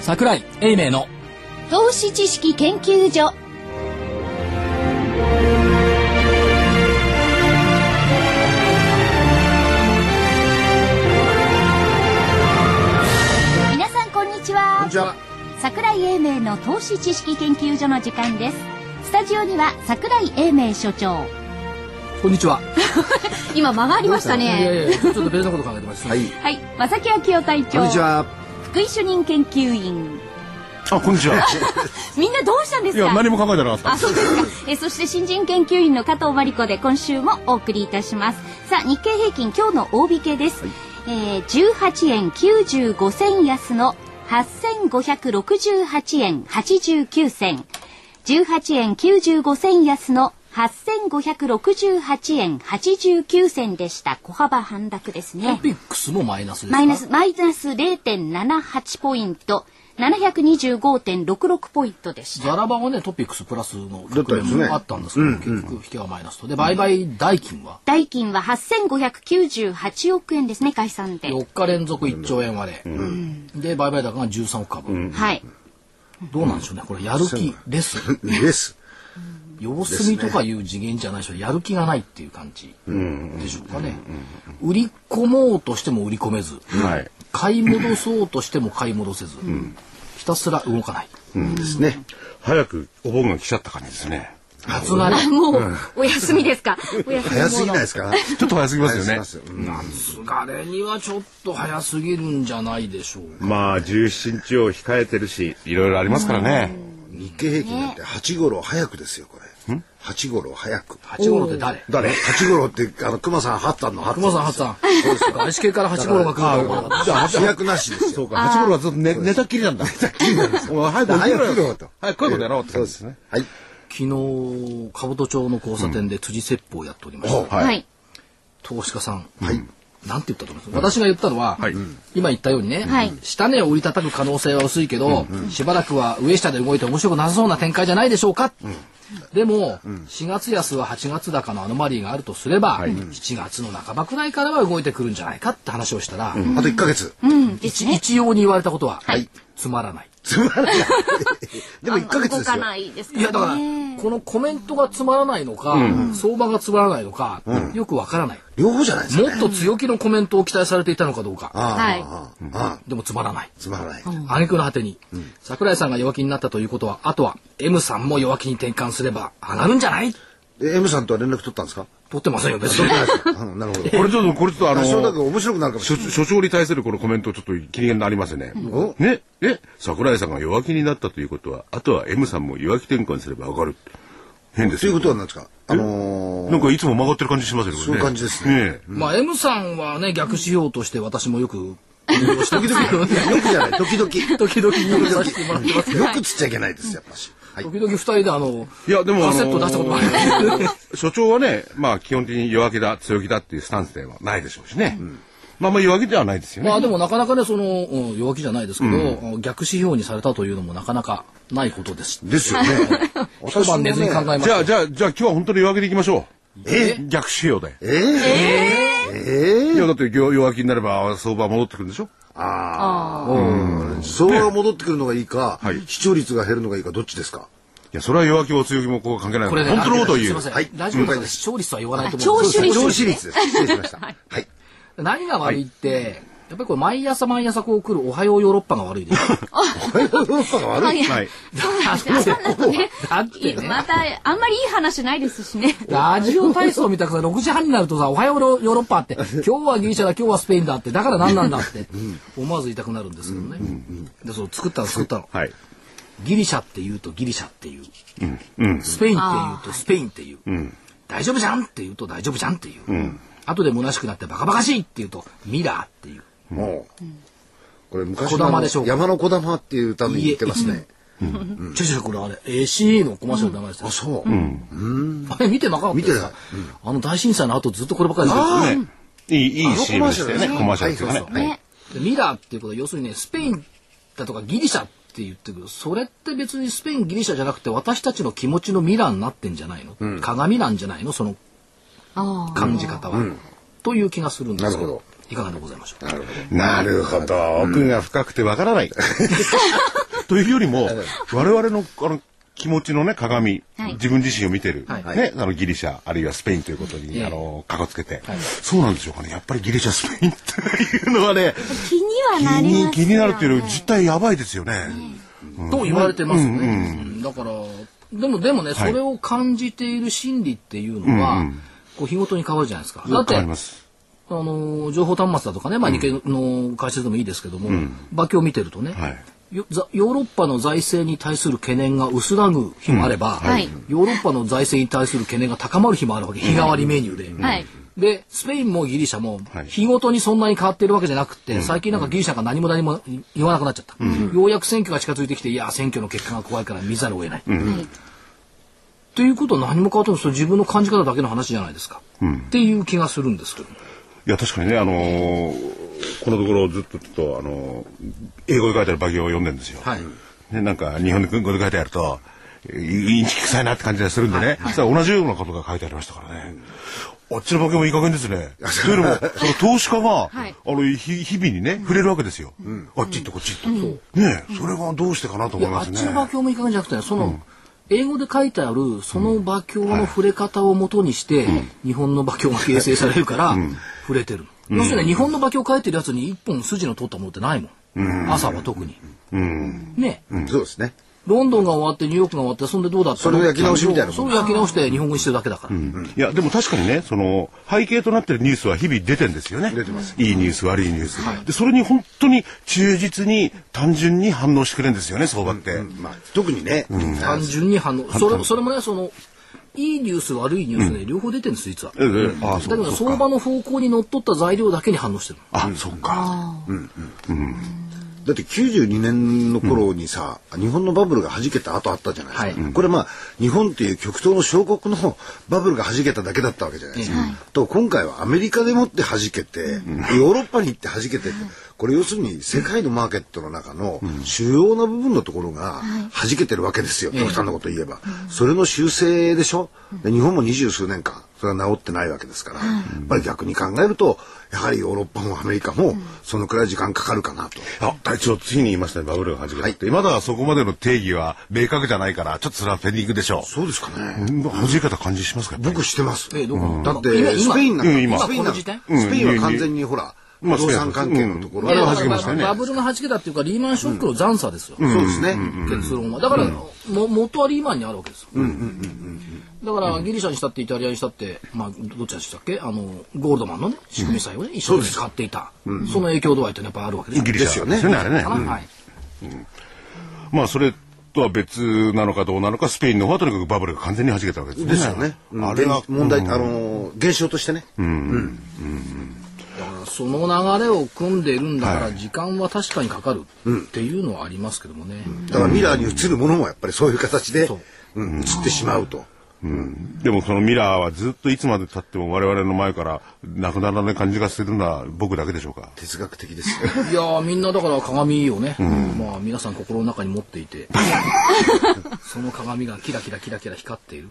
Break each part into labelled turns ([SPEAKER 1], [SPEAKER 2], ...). [SPEAKER 1] 桜井英明の
[SPEAKER 2] 投資知識研究所皆さんこんにち
[SPEAKER 3] こん
[SPEAKER 2] は
[SPEAKER 3] にちは。
[SPEAKER 2] 桜井英明の投資知識研究所の時間ですスタジオには桜井英明所長
[SPEAKER 1] こんにちは
[SPEAKER 2] 今間がありました
[SPEAKER 1] いや
[SPEAKER 2] ね
[SPEAKER 1] いやちょっと別のこと考えてました、
[SPEAKER 3] はい。
[SPEAKER 2] はい正木昭夫隊長
[SPEAKER 3] こんにちは。
[SPEAKER 2] 福井主任研究員
[SPEAKER 4] あ、こんにちは。
[SPEAKER 2] みんなどうしたんで
[SPEAKER 4] い
[SPEAKER 2] すか
[SPEAKER 4] や、何も考えてなか
[SPEAKER 2] あ、
[SPEAKER 4] っ
[SPEAKER 2] そうですか。え、そして新人研究員の加藤真理子で今週もお送りいたします。さあ、日経平均今日の大引けです。えー、18円95銭安の8568円89銭。18円95銭安の8568円89銭でした。小幅半額ですね。
[SPEAKER 1] トピックスもマイナスですか
[SPEAKER 2] マイナス、マイナス0.78ポイント。725.66ポイントでした。
[SPEAKER 1] ザラバはねトピックスプラスの
[SPEAKER 3] だった
[SPEAKER 1] 局
[SPEAKER 3] ですね
[SPEAKER 1] 面もあったんですけど、結局引けはマイナスとで売買代金は
[SPEAKER 2] 代金は8598億円ですね、概算で。
[SPEAKER 1] 4日連続1兆円割れ、で売買高が13億株、
[SPEAKER 2] はい。
[SPEAKER 1] どうなんでしょうねこれやる気です
[SPEAKER 3] です。
[SPEAKER 1] 様子見とかいう次元じゃないでしょやる気がないっていう感じでしょうかね売り込もうとしても売り込めず
[SPEAKER 3] はい。
[SPEAKER 1] 買い戻そうとしても買い戻せずひたすら動かない
[SPEAKER 3] うんですね。
[SPEAKER 4] 早くお盆が来ちゃった感じですね。
[SPEAKER 1] 夏がね
[SPEAKER 2] もう、お休みですか。お休み。
[SPEAKER 3] 早すぎないですすか。
[SPEAKER 4] ちょっと早すぎますよね
[SPEAKER 3] 早。すぎます
[SPEAKER 1] 夏がれにはちょっと早すぎるんじゃないでしょうか
[SPEAKER 4] まあ、17日を控えてるし、いろいろありますからね。
[SPEAKER 3] うん日経平均なんて八五郎早くですよこれ。八五郎早く。
[SPEAKER 1] 八五郎って誰
[SPEAKER 3] 誰？八五郎ってあの熊さんハッタンのハッタン。
[SPEAKER 1] 熊さん、ハツさん。外資系から八五郎が来るのか
[SPEAKER 3] じゃあ飛躍なしですよ。
[SPEAKER 4] うか、八五郎はずっと寝寝たっきりなんだ。寝たっきりなんです。お前早く起きろ
[SPEAKER 3] 早く来ろと
[SPEAKER 4] 早く来いことやろうって感じですね。
[SPEAKER 3] はい。
[SPEAKER 1] 昨日、兜町の交差点で辻説法をやっておりました。
[SPEAKER 2] は。
[SPEAKER 4] はい
[SPEAKER 1] 投資家さん、なんて言ったと思います、私が言ったのは、
[SPEAKER 4] はい
[SPEAKER 1] 今言ったようにね、
[SPEAKER 2] はい
[SPEAKER 1] 下根を売り叩く可能性は薄いけど、しばらくは上下で動いて面白くなさそうな展開じゃないでしょうか、でも、4月安は8月高のアノマリーがあるとすれば、7月の半ばくらいからは動いてくるんじゃないかって話をしたら、
[SPEAKER 3] あと一ヶ月。
[SPEAKER 2] うん、です
[SPEAKER 1] 一
[SPEAKER 2] ね。
[SPEAKER 1] 一様に言われたことは、
[SPEAKER 3] い
[SPEAKER 1] つまらない。
[SPEAKER 3] でも一ヶ月
[SPEAKER 2] 動
[SPEAKER 3] です
[SPEAKER 2] か
[SPEAKER 3] よ。
[SPEAKER 2] ないですか
[SPEAKER 1] いやだから
[SPEAKER 2] らね。
[SPEAKER 1] このコメントがつまらないのか、相場がつまらないのか、よくわからない。
[SPEAKER 3] 両方じゃないですか。
[SPEAKER 1] もっと強気のコメントを期待されていたのかどうか。
[SPEAKER 3] ああ
[SPEAKER 2] はい
[SPEAKER 3] ああああ
[SPEAKER 1] でもつまらない。
[SPEAKER 3] つまらない。
[SPEAKER 1] 挙句の果てに、桜井さんが弱気になったということは、あとは M さんも弱気に転換すれば上がるんじゃない
[SPEAKER 3] え M さんとは連絡取ったんですか？
[SPEAKER 1] 取ってませんよ、別に。
[SPEAKER 3] うんなるほど。
[SPEAKER 4] これちょっと、これちょっとあ
[SPEAKER 3] 多少だけ
[SPEAKER 4] の、
[SPEAKER 3] 面白くなるかもし
[SPEAKER 4] 所
[SPEAKER 3] れない。
[SPEAKER 4] 所長に対するこのコメントちょっと気になりますね。ね、え、桜井さんが弱気になったということは、あとは M さんも弱気転換すれば上がる。変です
[SPEAKER 3] という
[SPEAKER 4] よ。
[SPEAKER 3] ことは何ですか？あのー
[SPEAKER 4] なんかいつも曲がってる感じしますよね。これ
[SPEAKER 3] そういう感じですね
[SPEAKER 4] ねえ
[SPEAKER 1] まあ M さんはね、逆指標として私もよく、した
[SPEAKER 3] 時々、よく じゃない、時々。
[SPEAKER 1] 時々言わさせてもらってますけど、
[SPEAKER 3] よくつっちゃいけないです、やっぱし。はい。
[SPEAKER 1] 時々二人であの、
[SPEAKER 4] いや、でも、
[SPEAKER 1] カセット出したこともあります
[SPEAKER 4] あのー所長はね、まあ、基本的に弱気だ、強気だっていうスタンスではないでしょうしね。まあ、まあ、弱気ではないですよね。
[SPEAKER 1] まあでもなかなかね、その、うん弱気じゃないですけど、逆指標にされたというのもなかなかないことです。
[SPEAKER 3] ですよね。
[SPEAKER 1] 一晩寝ずに考えまし
[SPEAKER 4] じ
[SPEAKER 1] た。
[SPEAKER 4] ゃあ、じゃあ、じゃあ、今日は本当に弱気でいきましょう。
[SPEAKER 3] え
[SPEAKER 4] 逆指標で。
[SPEAKER 3] えええ
[SPEAKER 4] いや、だって弱弱気になれば相場戻ってくるんでしょ
[SPEAKER 3] ああ。相場が戻ってくるのがいいか
[SPEAKER 4] はい、
[SPEAKER 3] 視聴率が減るのがいいか、どっちですか
[SPEAKER 4] いや、それは弱気も強気もここは関係ない。
[SPEAKER 1] これね、
[SPEAKER 4] 本当のことを
[SPEAKER 1] す
[SPEAKER 4] 言
[SPEAKER 1] いうま。せん。
[SPEAKER 3] はい
[SPEAKER 1] ラジオとかで視聴率は言わないと
[SPEAKER 2] 聴
[SPEAKER 1] 思うんです
[SPEAKER 2] 取
[SPEAKER 1] よ
[SPEAKER 2] 率
[SPEAKER 3] 上司率です。失礼しました。はい。
[SPEAKER 1] 何が悪いって、やっぱりこれ毎朝毎朝こう来るおはようヨーロッパが悪いです。
[SPEAKER 3] ヨーロッパが悪い。
[SPEAKER 2] いや
[SPEAKER 4] はい。
[SPEAKER 2] そうなんですよ朝になるとね
[SPEAKER 1] だって ね
[SPEAKER 2] また、あんまりいい話ないですしね。
[SPEAKER 1] ラジオ体操みたくさ、6時半になるとさ、おはようヨーロッパって、今日はギリシャだ、今日はスペインだって、だから何なんだって、思わず言いたくなるんですけどね。で、そう、作ったの作ったの。
[SPEAKER 4] はい。
[SPEAKER 1] ギリシャって言うとギリシャっていう、スペインって言うとスペインっていう、大丈夫じゃんって言うと大丈夫じゃんっていう、後で虚しくなってバカバカしいって言うとミラーっていう
[SPEAKER 3] もう。これ昔
[SPEAKER 1] 小玉
[SPEAKER 3] の
[SPEAKER 1] でしょうか
[SPEAKER 3] 山の小玉っていう歌に言ってますね。
[SPEAKER 1] ちょちょこれあれ AC のコマーシャルの流れですよ、
[SPEAKER 3] あ、そう。
[SPEAKER 1] あれ見てなかったですかあの大震災の後ずっとこればっかりですよ
[SPEAKER 4] ねいい、いい CM でしたよね。
[SPEAKER 3] あのコ
[SPEAKER 4] コマ
[SPEAKER 3] マ
[SPEAKER 4] ー
[SPEAKER 3] ー
[SPEAKER 4] シ
[SPEAKER 3] シ
[SPEAKER 4] ャ
[SPEAKER 3] ャルです
[SPEAKER 4] ルで
[SPEAKER 3] す
[SPEAKER 4] よ
[SPEAKER 3] ね
[SPEAKER 4] ね。
[SPEAKER 3] はい
[SPEAKER 2] ね。
[SPEAKER 1] でミラーっていうことは要するにねスペインだとかギリシャって言ってくるそれって別にスペインギリシャじゃなくて私たちの気持ちのミラーになってんじゃないの、鏡なんじゃないのその
[SPEAKER 2] ああ。
[SPEAKER 1] 感じ方は、という気がするんで
[SPEAKER 3] な
[SPEAKER 1] す
[SPEAKER 3] る
[SPEAKER 1] け
[SPEAKER 3] ほ
[SPEAKER 1] ど
[SPEAKER 3] ど。
[SPEAKER 1] いかがでございましょうか。
[SPEAKER 4] なるほど。奥が深くてわからない。 というよりも、我々の、あの、気持ちのね、鏡、
[SPEAKER 2] はい
[SPEAKER 4] 自分自身を見てる、
[SPEAKER 1] はい
[SPEAKER 4] ね、あの、ギリシャ、あるいはスペインということに、
[SPEAKER 1] ええ
[SPEAKER 4] あの、かこつけて、
[SPEAKER 1] はい
[SPEAKER 4] そうなんでしょうかね。やっぱりギリシャ、スペインというのはね、
[SPEAKER 2] 気には
[SPEAKER 4] 気
[SPEAKER 2] なり
[SPEAKER 4] に
[SPEAKER 2] ます
[SPEAKER 4] 気になるっていうより
[SPEAKER 2] よね
[SPEAKER 4] 実態やばいですよね。
[SPEAKER 1] と言われてますよね。うんだから、でもでもね、そ
[SPEAKER 4] い
[SPEAKER 1] れを感じている心理っていうのは、こう日ごとに変わるじゃないですか。だって、
[SPEAKER 4] わかり
[SPEAKER 1] あ
[SPEAKER 4] ます。
[SPEAKER 1] のー、情報端末だとかね、まあ、日経の会社でもいいですけども、馬鏡を見てるとね、
[SPEAKER 4] はい
[SPEAKER 1] よざヨーロッパの財政に対する懸念が薄らぐ日もあれば、
[SPEAKER 2] うんはい
[SPEAKER 1] ヨーロッパの財政に対する懸念が高まる日もあるわけ、日替わりメニューで。
[SPEAKER 2] はい
[SPEAKER 1] で、スペインもギリシャも
[SPEAKER 4] はい、
[SPEAKER 1] 日ごとにそんなに変わってるわけじゃなくて、最近なんかギリシャが何も何も言わなくなっちゃった。ようやく選挙が近づいてきて、いや、選挙の結果が怖いから見ざるを得ない。と
[SPEAKER 2] はい
[SPEAKER 1] っていうことは何も変わっても、それ自分の感じ方だけの話じゃないですか。っていう気がするんですけど。
[SPEAKER 4] いや確かにね、あのーこのところずっとちょっと、あのー英語で書いてある馬行を読んでるんですよ。
[SPEAKER 1] はい
[SPEAKER 4] ね、なんか日本語で書いてあるとえーインチ臭いなって感じがするんでね、そしたら同じようなことが書いてありましたからね。あっちの馬行もいい加減ですね。というのも、その投資家が、
[SPEAKER 2] はい
[SPEAKER 4] あのひ日々にね、触れるわけですよ。あっち行ってこっち行って。ねえそれがどうしてかなと
[SPEAKER 1] い
[SPEAKER 4] 思い
[SPEAKER 1] やあ
[SPEAKER 4] ま
[SPEAKER 1] っ
[SPEAKER 4] す
[SPEAKER 1] ち
[SPEAKER 4] ね。
[SPEAKER 1] の馬鏡もいかがじゃなくて、その、英語で書いてある、その馬鏡の触れ方をもとにして、日本の馬鏡が形成されるから、触れてる。要するに日本の馬鏡書いてるやつに一本筋の通ったものってないもん。朝は特に。ね。
[SPEAKER 3] そうですね。
[SPEAKER 1] ロンドンが終わってニューヨークが終わってそんでどうだった
[SPEAKER 3] それを焼き直しみたいなもん
[SPEAKER 1] それを焼き直して日本語にしてるだけだから、
[SPEAKER 4] いや、でも確かにね、その、背景となってるニュースは日々出てんですよね。
[SPEAKER 3] 出てます
[SPEAKER 4] いいニュース、悪いニュース。で、それに本当に忠実に、単純に反応してくれるんですよね、相場って。
[SPEAKER 3] まあ、特にね、
[SPEAKER 1] 単純に反応それそれもねそのいいニュース悪いニュースで両方出てるんです実は、
[SPEAKER 4] ええええああ、
[SPEAKER 1] だけど相場の方向にのっとった材料だけに反応してる
[SPEAKER 4] あ、そっか。
[SPEAKER 3] だって92年の頃にさ、日本のバブルが弾けた後あったじゃないですか、
[SPEAKER 1] はい
[SPEAKER 3] これまあ日本っていう極東の小国のバブルが弾けただけだったわけじゃないですか、と今回はアメリカでもって弾けて、ヨーロッパに行って弾けてってこれ要するに世界のマーケットの中の主要な部分のところが弾けてるわけですよ、極端なこと言えば、それの修正でしょで日本も二十数年間それは治ってないわけですから、やっぱり逆に考えるとやはりヨーロッパもアメリカもそのくらい時間かかるかなと。
[SPEAKER 4] あ、隊長、ついに言いましたね、バブルが始めたって。まだそこまでの定義は明確じゃないから、ちょっとそれはペンディングでしょ
[SPEAKER 3] そうですか
[SPEAKER 4] う。
[SPEAKER 3] ね。
[SPEAKER 4] うん弾け方感じしますかやっぱり
[SPEAKER 3] 僕してます。
[SPEAKER 1] ええどこ
[SPEAKER 3] だって、スペインな
[SPEAKER 4] うん
[SPEAKER 3] ん
[SPEAKER 4] 今
[SPEAKER 3] か、スペインな
[SPEAKER 1] 今この
[SPEAKER 3] んか、
[SPEAKER 1] 時点
[SPEAKER 4] うん
[SPEAKER 3] スペインは完全にほら、
[SPEAKER 4] まあ
[SPEAKER 3] 不動産関係のところ
[SPEAKER 4] あれ
[SPEAKER 3] で
[SPEAKER 4] は弾けましたよね
[SPEAKER 1] バブルが弾けたっていうかリーマンショックの残差ですよ、
[SPEAKER 3] そうですね。
[SPEAKER 1] 結論はだから、も元はリーマンにあるわけですよ、だからギリシャにしたってイタリアにしたって、まあ、どっちでしたっけあのゴールドマンの、ね、仕組み債をね、一緒に使っていた、その影響度合いっていうのはやっぱあるわけです
[SPEAKER 4] ギリシャ
[SPEAKER 3] で
[SPEAKER 4] ですす
[SPEAKER 3] よね
[SPEAKER 4] よね、あれね。
[SPEAKER 1] かな、
[SPEAKER 4] うん
[SPEAKER 1] はい
[SPEAKER 4] まあ、それとは別なのかどうなのか、スペインの方はとにかくバブルが完全に弾けたわけですね。
[SPEAKER 3] ですよね。
[SPEAKER 4] あ
[SPEAKER 3] あ
[SPEAKER 4] れ
[SPEAKER 3] れ
[SPEAKER 4] は
[SPEAKER 3] は、問題、あのー、現象としてね。
[SPEAKER 1] その流れを組んでいるんだから時間は確かにかかるっていうのはありますけどもね、
[SPEAKER 3] だからミラーに映るものもやっぱりそういう形で
[SPEAKER 1] そう、
[SPEAKER 3] うん映ってしまうと。
[SPEAKER 4] でもそのミラーはずっといつまで経っても我々の前からなくならない感じがするのは僕だけでしょうか。
[SPEAKER 3] 哲学的ですよ。
[SPEAKER 1] いやーみんなだから鏡をね、まあ皆さん心の中に持ってい てその鏡がキラキラキラキラ光っている、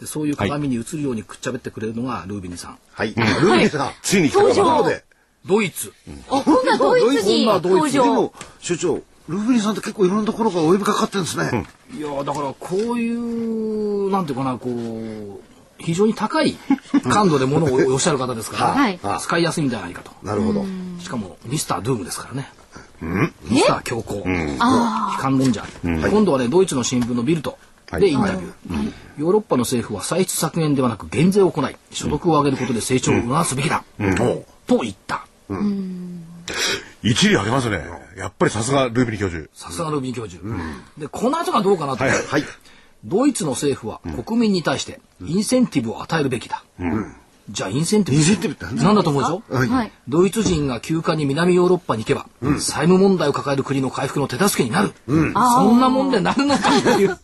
[SPEAKER 1] でそういう鏡に映るようにくっちゃべってくれるのがルービネさん、
[SPEAKER 3] はい。ルービーさん。
[SPEAKER 4] ついに来たか
[SPEAKER 2] 登場
[SPEAKER 4] ら。
[SPEAKER 3] なので、
[SPEAKER 1] ドイツ
[SPEAKER 2] あ今度はドイツに
[SPEAKER 3] 今ド
[SPEAKER 2] 登
[SPEAKER 3] イツで
[SPEAKER 2] 場
[SPEAKER 3] も、所長、ルービーさんって結構いろんなところがお呼びかかってるんですね。
[SPEAKER 1] いやーだからこういうなんていうかなこう非常に高 い感度でものをおっしゃる方ですから、
[SPEAKER 2] はい
[SPEAKER 1] 使いやすいんじゃないかと
[SPEAKER 3] なるほど。
[SPEAKER 1] しかもミスター・ドゥームですからね。ミスター強行。悲観論者。今度はね、ドイツの新聞のビルトでインタビュー。ヨーロッパの政府は歳出削減ではなく減税を行い、所得を上げることで成長を促すべきだ。と言った。
[SPEAKER 4] 一理あげますね。やっぱりさすがルービニ教授。
[SPEAKER 1] さすがルビン教授。で、この後がどうかなと。
[SPEAKER 3] はい。
[SPEAKER 1] ドイツの政府は国民に対してインセンティブを与えるべきだ。じゃあインセンティブ
[SPEAKER 3] インセンティブって何ですか
[SPEAKER 1] 何だと思うでしょ
[SPEAKER 3] はい
[SPEAKER 2] はい
[SPEAKER 1] ドイツ人が休暇に南ヨーロッパに行けば、債務問題を抱える国の回復の手助けになる、そんなもんでなるのかという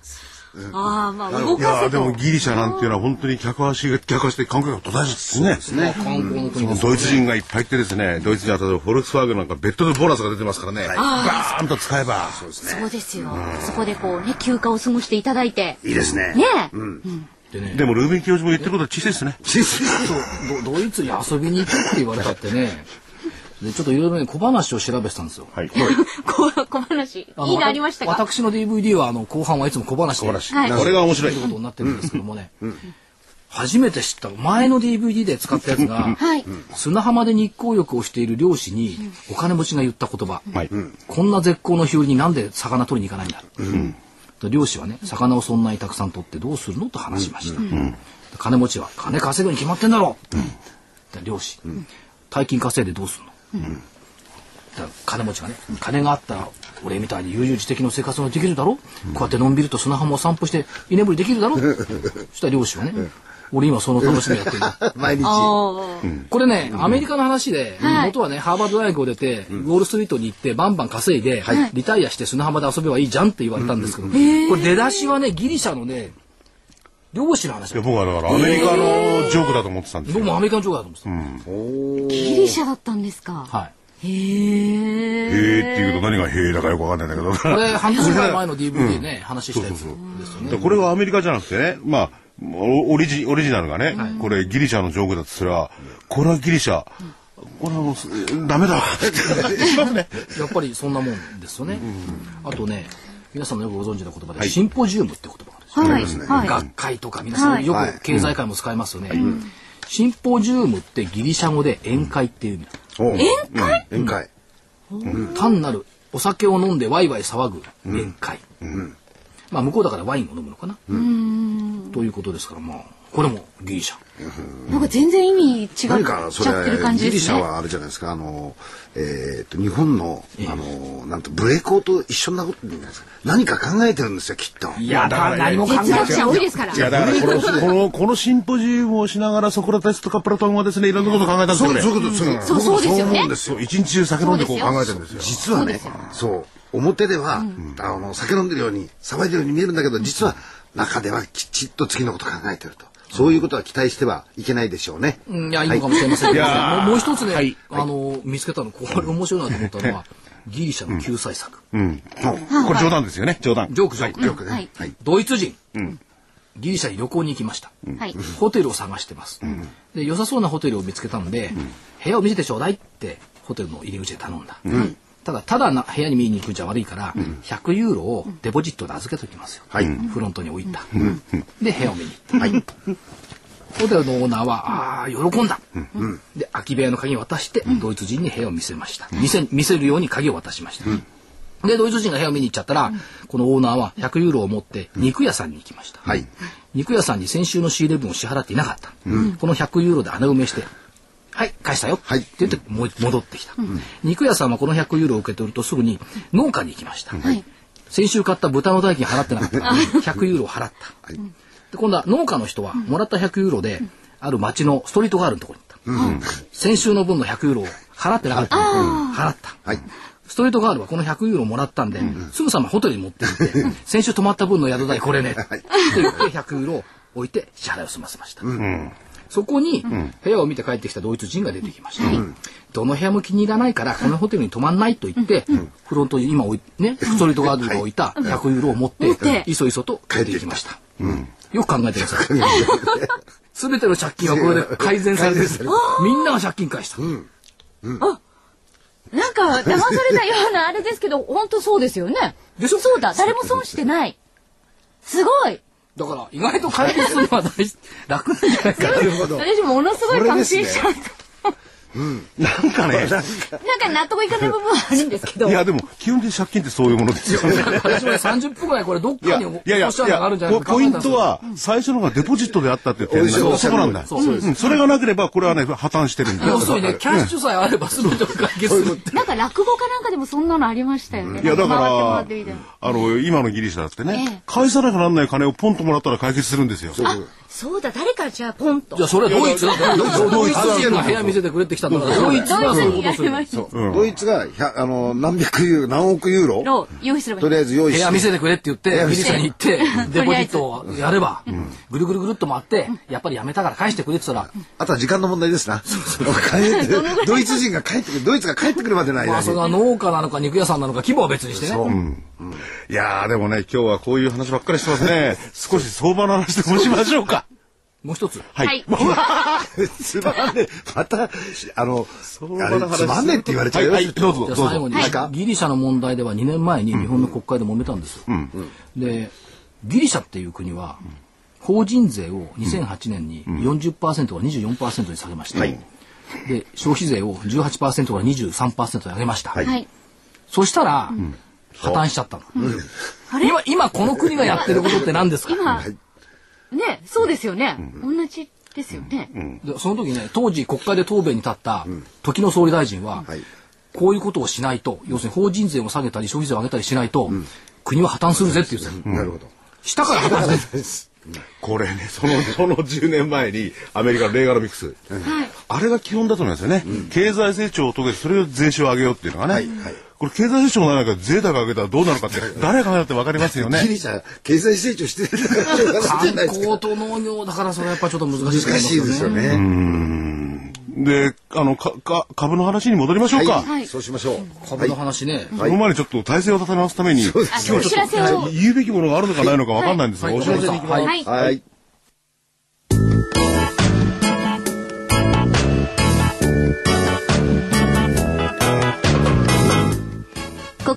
[SPEAKER 2] ああまあ動
[SPEAKER 4] いや
[SPEAKER 2] か
[SPEAKER 4] ー
[SPEAKER 2] せ
[SPEAKER 4] でも
[SPEAKER 2] と
[SPEAKER 4] ギリシャなんていうのは本当に客足が、客足で関係が途絶えちゃってですね。
[SPEAKER 1] まあ観光の国です、
[SPEAKER 4] ドイツ人がいっぱいいてですね、ドイツ人は例えばフォルクスワーゲンなんかベッドでボーナスが出てますからね。バーンと使えば。
[SPEAKER 2] そうですよそこでこうね休暇を過ごしていただいて
[SPEAKER 3] いいですね。
[SPEAKER 2] ねえ
[SPEAKER 1] ってね
[SPEAKER 4] でもルービン教授も言ってることは小さいですね。
[SPEAKER 1] そうドドイツに遊びに行くって言われちゃってねでちょっといろいろね小話を調べてたんですよ
[SPEAKER 4] はい。
[SPEAKER 2] 小小話。いい
[SPEAKER 1] の
[SPEAKER 2] のありましたか
[SPEAKER 1] 私の DVD はあの後半はいつも小話で
[SPEAKER 4] 小話。
[SPEAKER 2] はい
[SPEAKER 4] これが面白い
[SPEAKER 1] と。いうことになってるんですけどもね、初めて知った前の DVD で使ったやつが
[SPEAKER 2] はい。
[SPEAKER 1] 砂浜で日光浴をしている漁師にお金持ちが言った言葉、
[SPEAKER 4] はい。
[SPEAKER 1] こんな絶好の日和になんで魚取りに行かないんだ、で漁師はね魚をそんなにたくさん取ってどうするのと話しました、で金持ちは金稼ぐに決まってんだろ、で漁師、大金稼いでどうするの、だ金持ちがね金があったら俺みたいに悠々自適の生活ができるだろ、こうやってのんびりと砂浜を散歩して居眠りできるだろ そしたら漁師はね、俺今その楽しみやってるんだ
[SPEAKER 3] 毎日。
[SPEAKER 2] おー
[SPEAKER 1] これね、アメリカの話で、
[SPEAKER 2] はい
[SPEAKER 1] 元はね、ハーバード大学を出て、ウォールストリートに行って、バンバン稼いで、リタイアして砂浜で遊べばいいじゃんって言われたんですけど、これ出だしはね、ギリシャのね、漁師の話
[SPEAKER 4] いや
[SPEAKER 1] だ
[SPEAKER 4] 僕はだからアメリカのジョークだと思ってたんです
[SPEAKER 1] 僕
[SPEAKER 4] よ。
[SPEAKER 1] もアメリカの情報だと思ってた。
[SPEAKER 2] ギリシャだったんですか。
[SPEAKER 1] はい。
[SPEAKER 2] へ
[SPEAKER 4] へ
[SPEAKER 2] え。
[SPEAKER 4] えっていうと何がへえだかよくわかんないんだけど。
[SPEAKER 1] これ、半年ぐらい前の DVD でね、話したやつですよね。
[SPEAKER 4] でこれはアメリカじゃなくてね、まあ、オオリジオリジナルがね、これギリシャのジョークだとすれば、これはギリシャ、これはもうす、ダメだ。 しますね。
[SPEAKER 1] やっぱりそんなもんですよね。あとね、皆さんのよくご存知の言葉で、シンポジウムって言葉があるんですよ
[SPEAKER 2] はい。は
[SPEAKER 1] 学会とか皆さんよ
[SPEAKER 3] はい
[SPEAKER 1] く経済界も使いますよね。シンポジウムってギリシャ語で宴会っていう意味なんです
[SPEAKER 3] 宴会宴会。
[SPEAKER 1] 単なるお酒を飲んでワイワイ騒ぐ宴会、まあ向こうだからワインを飲むのかな、ということですからまあこれもギリシャ
[SPEAKER 2] い。なんか全然意味違っちゃ
[SPEAKER 3] 何かそれ
[SPEAKER 2] ってる感じ
[SPEAKER 3] ギ
[SPEAKER 2] で
[SPEAKER 3] リ
[SPEAKER 2] す
[SPEAKER 3] シ
[SPEAKER 2] ね。
[SPEAKER 3] ャはあれじゃないですかあの、えー、と日本のあのなんとブレーコーと一緒になことじゃないですか何か考えてるんですよきっと。
[SPEAKER 1] い
[SPEAKER 4] やだから何も考
[SPEAKER 2] 哲学者多いですから。
[SPEAKER 4] いや、だからこの、この、このシンポジウムをしながらソクラテスとかプラトンはですね、いろんなことを考えたんです
[SPEAKER 3] そ
[SPEAKER 4] よ
[SPEAKER 3] う
[SPEAKER 4] ね。
[SPEAKER 3] そういうことですよ
[SPEAKER 2] そうそうですよね
[SPEAKER 3] 僕も思うんです
[SPEAKER 4] そう、一日中酒飲んでこう
[SPEAKER 2] そうですよ
[SPEAKER 4] 考えてるんですよ。
[SPEAKER 3] 実はね
[SPEAKER 2] そうです
[SPEAKER 3] そう表では、あの酒飲んでるように騒いでるように見えるんだけど実は中ではきちっと次のこと考えてるとそういうことは期待してはいけないでしょうね。
[SPEAKER 1] うんいやいいのかもしれませんけど、
[SPEAKER 4] はいいやー
[SPEAKER 1] もうもう一つね、
[SPEAKER 4] はい
[SPEAKER 1] あの見つけたのこれ面白いなと思ったのはギリシャの救済策、
[SPEAKER 4] うんこれ冗談ですよね、冗談。
[SPEAKER 1] ジョークジョーク、
[SPEAKER 3] よくね、
[SPEAKER 2] はい
[SPEAKER 3] はい
[SPEAKER 1] ドイツ人、ギリシャに旅行に行きました、
[SPEAKER 2] はい。
[SPEAKER 1] ホテルを探してます、で良さそうなホテルを見つけたので、部屋を見せてちょうだいってホテルの入り口で頼んだ、ただただな部屋に見に行くんじゃ悪いから、100ユーロをデポジットで預けときますよ、
[SPEAKER 3] はい
[SPEAKER 1] フロントに置いた、で部屋を見に行った、ホテルのオーナーはああー喜んだ、で空き部屋の鍵を渡して、ドイツ人に部屋を見せました、見せ見せるように鍵を渡しました、でドイツ人が部屋を見に行っちゃったら、このオーナーは100ユーロを持って肉屋さんに行きました、
[SPEAKER 3] はい
[SPEAKER 1] 肉屋さんに先週の仕入れ分を支払っていなかった、この100ユーロで穴埋めして「はい返したよ」
[SPEAKER 3] はい
[SPEAKER 1] って言ってもう戻ってきた、肉屋さんはこの100ユーロを受け取るとすぐに農家に行きました、
[SPEAKER 2] はい。
[SPEAKER 1] 先週買った豚の代金払ってなかったから100ユーロを払った、
[SPEAKER 3] い
[SPEAKER 1] で今度は農家の人はもらった100ユーロで、ある町のストリートがあるところに行った、先週の分の100ユーロを払ってなかったから払った、
[SPEAKER 3] はい
[SPEAKER 1] ストリートガールはこの100ユーロもらったんで、すぐさまホテルに持って行って、先週泊まった分の宿代これね、って言って100ユーロを置いて支払いを済ませました。そこに部屋を見て帰ってきたドイツ人が出てきました。どの部屋も気に入らないから、このホテルに泊まんないと言って、フロントに今置い、ね、ストリートガードが置いた100ユーロを持っ
[SPEAKER 2] 持って
[SPEAKER 1] て、いそいそと帰っていきました。よく考えてください。すべての借金はこれで改善されてる。みんなが借金返した。
[SPEAKER 2] なんか騙されたようなあれですけど、 本当そうですよね。
[SPEAKER 1] でしょ
[SPEAKER 2] そうだ、誰も損してない。すごい。
[SPEAKER 1] だから意外と解決するのは大事楽なんじゃないかな。
[SPEAKER 2] 私ものすごい感心しちゃう。
[SPEAKER 4] なんかね、
[SPEAKER 2] なんか納得いかない部分はあるんですけど。
[SPEAKER 4] いや、でも、基本的に借金ってそういうも のですよね。
[SPEAKER 1] 私もね30分ぐらいこれどっ
[SPEAKER 4] い
[SPEAKER 1] か
[SPEAKER 4] や、
[SPEAKER 1] に
[SPEAKER 4] い
[SPEAKER 1] お
[SPEAKER 4] やいや
[SPEAKER 1] おっしゃるのがあるんじゃない
[SPEAKER 4] ポ
[SPEAKER 1] かなと
[SPEAKER 4] ポ
[SPEAKER 1] 思
[SPEAKER 4] イ
[SPEAKER 1] っ
[SPEAKER 4] ン
[SPEAKER 1] たんです
[SPEAKER 4] ト
[SPEAKER 1] よ
[SPEAKER 4] は、最初のがデポジットであったって点なんだ
[SPEAKER 3] そう
[SPEAKER 4] そこなんだよ。
[SPEAKER 1] そうそう
[SPEAKER 4] うんそれがなければ、これはね、破綻してるんだよ
[SPEAKER 1] 要するにねキャッシュさえあれば全てを解決するって
[SPEAKER 2] なんか落語家なんかでもそんなのありましたよね。
[SPEAKER 4] いや、だか
[SPEAKER 2] 回って回
[SPEAKER 4] ら
[SPEAKER 2] ってみたいな。、
[SPEAKER 4] あの、今のギリシャだって
[SPEAKER 2] ええ
[SPEAKER 4] ね、返さなきゃなんない金をポンともらったら解決するんですよ。
[SPEAKER 2] あ、そうだ、誰かじゃあポンと。
[SPEAKER 1] じゃあそれはドイツだドイツドイツ
[SPEAKER 3] ドイツ
[SPEAKER 1] が部屋見せてくれってきたんだからドイツ
[SPEAKER 2] ド
[SPEAKER 1] が
[SPEAKER 2] イ
[SPEAKER 1] そう
[SPEAKER 2] ツ
[SPEAKER 1] いうこ
[SPEAKER 2] にや
[SPEAKER 1] とす
[SPEAKER 2] り
[SPEAKER 1] る
[SPEAKER 2] ました。
[SPEAKER 3] ドイツがひゃあの何百ユーロ何億ユーロ
[SPEAKER 2] ロー、用意すればい
[SPEAKER 3] と
[SPEAKER 2] い。
[SPEAKER 3] りあえず用意
[SPEAKER 1] 部
[SPEAKER 3] して
[SPEAKER 1] 屋見せてくれって言ってギリシャに行ってデポジットをやればぐるぐるぐるっと回ってやっぱりやめたから返してくれって言ったら
[SPEAKER 3] あとは時間の問題ですな。帰ってドイツ人が帰ってくる、ドイツが帰ってくるまでの
[SPEAKER 1] ま
[SPEAKER 3] 間
[SPEAKER 1] あそれ
[SPEAKER 3] に。
[SPEAKER 1] が農家なのか肉屋さんなのか規模は別にしてね
[SPEAKER 4] いやー、でもね、今日はこういう話ばっかりしてますね。少し相場の話でもしましょうか。
[SPEAKER 1] もう一つ。
[SPEAKER 4] はい
[SPEAKER 2] はい。
[SPEAKER 3] つまんねえ。また、あの、あ
[SPEAKER 4] 場の
[SPEAKER 3] れ
[SPEAKER 4] 話
[SPEAKER 3] つまんねえって言われちゃうよ。
[SPEAKER 4] はいはいどうぞ
[SPEAKER 1] じゃあ最後に、
[SPEAKER 3] はいか
[SPEAKER 1] ギリシャの問題では2年前に日本の国会で揉めたんですよ。でギリシャっていう国は法人税を2008年に40%から24%に下げました、で消費税を18%から23%に上げました、
[SPEAKER 2] はい。
[SPEAKER 1] そしたら、破綻しちゃったの、今今この国がやってることって何ですか
[SPEAKER 2] 今、ね、そうですよね。同じですよね。
[SPEAKER 1] でその時ね当時国会で答弁に立った時の総理大臣は、
[SPEAKER 3] はい
[SPEAKER 1] こういうことをしないと要するに法人税を下げたり消費税を上げたりしないと、国は破綻するぜって言ってたの
[SPEAKER 3] なるほど。
[SPEAKER 1] 下から破綻する
[SPEAKER 4] これね、その、 その10年前に、アメリカのレーガノミクス。あれが基本だと思いますよね。経済成長を遂げて、それを税収を上げようっていうのがね。
[SPEAKER 3] はいはい
[SPEAKER 4] これ経済成長がないから税高上げたらどうなるかって、誰が考えたってわかりますよね
[SPEAKER 3] ギ。リシャ、経済成長してる からしょうがないじゃない
[SPEAKER 1] 観
[SPEAKER 3] ですか
[SPEAKER 1] 光と農業だからそれはやっぱちょっと難しいと思
[SPEAKER 3] 難しいですよね。
[SPEAKER 4] で、あの、か、か、株の話に戻りましょうか。
[SPEAKER 3] はいそうしましょう。
[SPEAKER 1] 株の話ね、
[SPEAKER 4] その前にちょっと体制を立て直すために、今
[SPEAKER 2] あ
[SPEAKER 4] 日ち
[SPEAKER 2] の
[SPEAKER 4] ょ
[SPEAKER 2] お
[SPEAKER 4] っと
[SPEAKER 2] 知らせを。
[SPEAKER 4] 言うべきものがあるのかないのかわかんないんですが、
[SPEAKER 1] はい
[SPEAKER 4] お知らせに行きます。
[SPEAKER 2] はい。
[SPEAKER 3] はい。
[SPEAKER 2] こ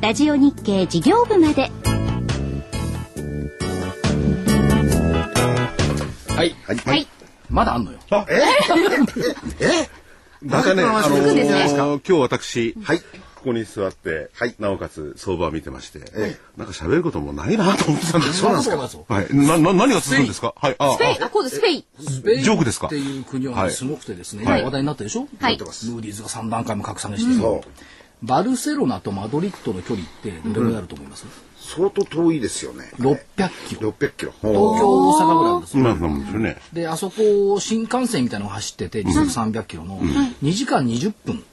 [SPEAKER 2] ラジオ日経事業部まで
[SPEAKER 1] はい
[SPEAKER 3] はい。
[SPEAKER 2] はい。
[SPEAKER 1] まだあんのよ
[SPEAKER 4] あ、ええまたね、あの
[SPEAKER 2] 続くんですね
[SPEAKER 4] ー、今日私、
[SPEAKER 3] はい。
[SPEAKER 4] ここに座って、
[SPEAKER 3] はい
[SPEAKER 4] なおかつ相場を見てまして、
[SPEAKER 3] え
[SPEAKER 4] なんか喋ることもないなと思ってたんです
[SPEAKER 1] そうなんですか
[SPEAKER 4] はい。な、な、何が続くんですかはい。あ、
[SPEAKER 2] スペイン、あ、今度スペイン。
[SPEAKER 1] スペイン
[SPEAKER 4] ジョークですか
[SPEAKER 1] っていう国は
[SPEAKER 4] は
[SPEAKER 1] ね
[SPEAKER 4] い
[SPEAKER 1] すごくてですね、
[SPEAKER 4] はい
[SPEAKER 1] 今話題になったでしょ、
[SPEAKER 2] はい
[SPEAKER 1] ムーディーズが3段階も格下げして
[SPEAKER 3] そう
[SPEAKER 1] さバルセロナとマドリッドの距離ってどれぐらいあると思います、
[SPEAKER 3] 相当遠いですよね。
[SPEAKER 1] 600キロ
[SPEAKER 3] 600キロ。
[SPEAKER 1] 東京大阪ぐらいあるんです
[SPEAKER 4] あ
[SPEAKER 1] よ
[SPEAKER 4] まあ、そうなんですよね。
[SPEAKER 1] であそこを新幹線みたいなのが走ってて時速300キロの2時間20分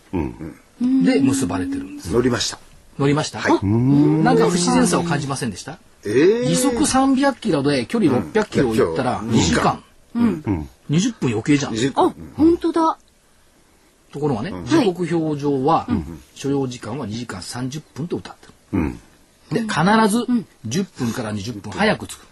[SPEAKER 1] で結ばれてるんです
[SPEAKER 3] 乗りました。
[SPEAKER 1] 乗りました、なんか不自然さを感じませんでした
[SPEAKER 3] ええ。
[SPEAKER 1] 時速300キロで距離600キロ行ったら
[SPEAKER 3] うん
[SPEAKER 1] 2時間、20分余計じゃん
[SPEAKER 3] 20
[SPEAKER 2] あ、本当だ。
[SPEAKER 1] ところがね、時刻表上は所要時間は2時間30分と歌ってる、で必ず10分から20分早く着く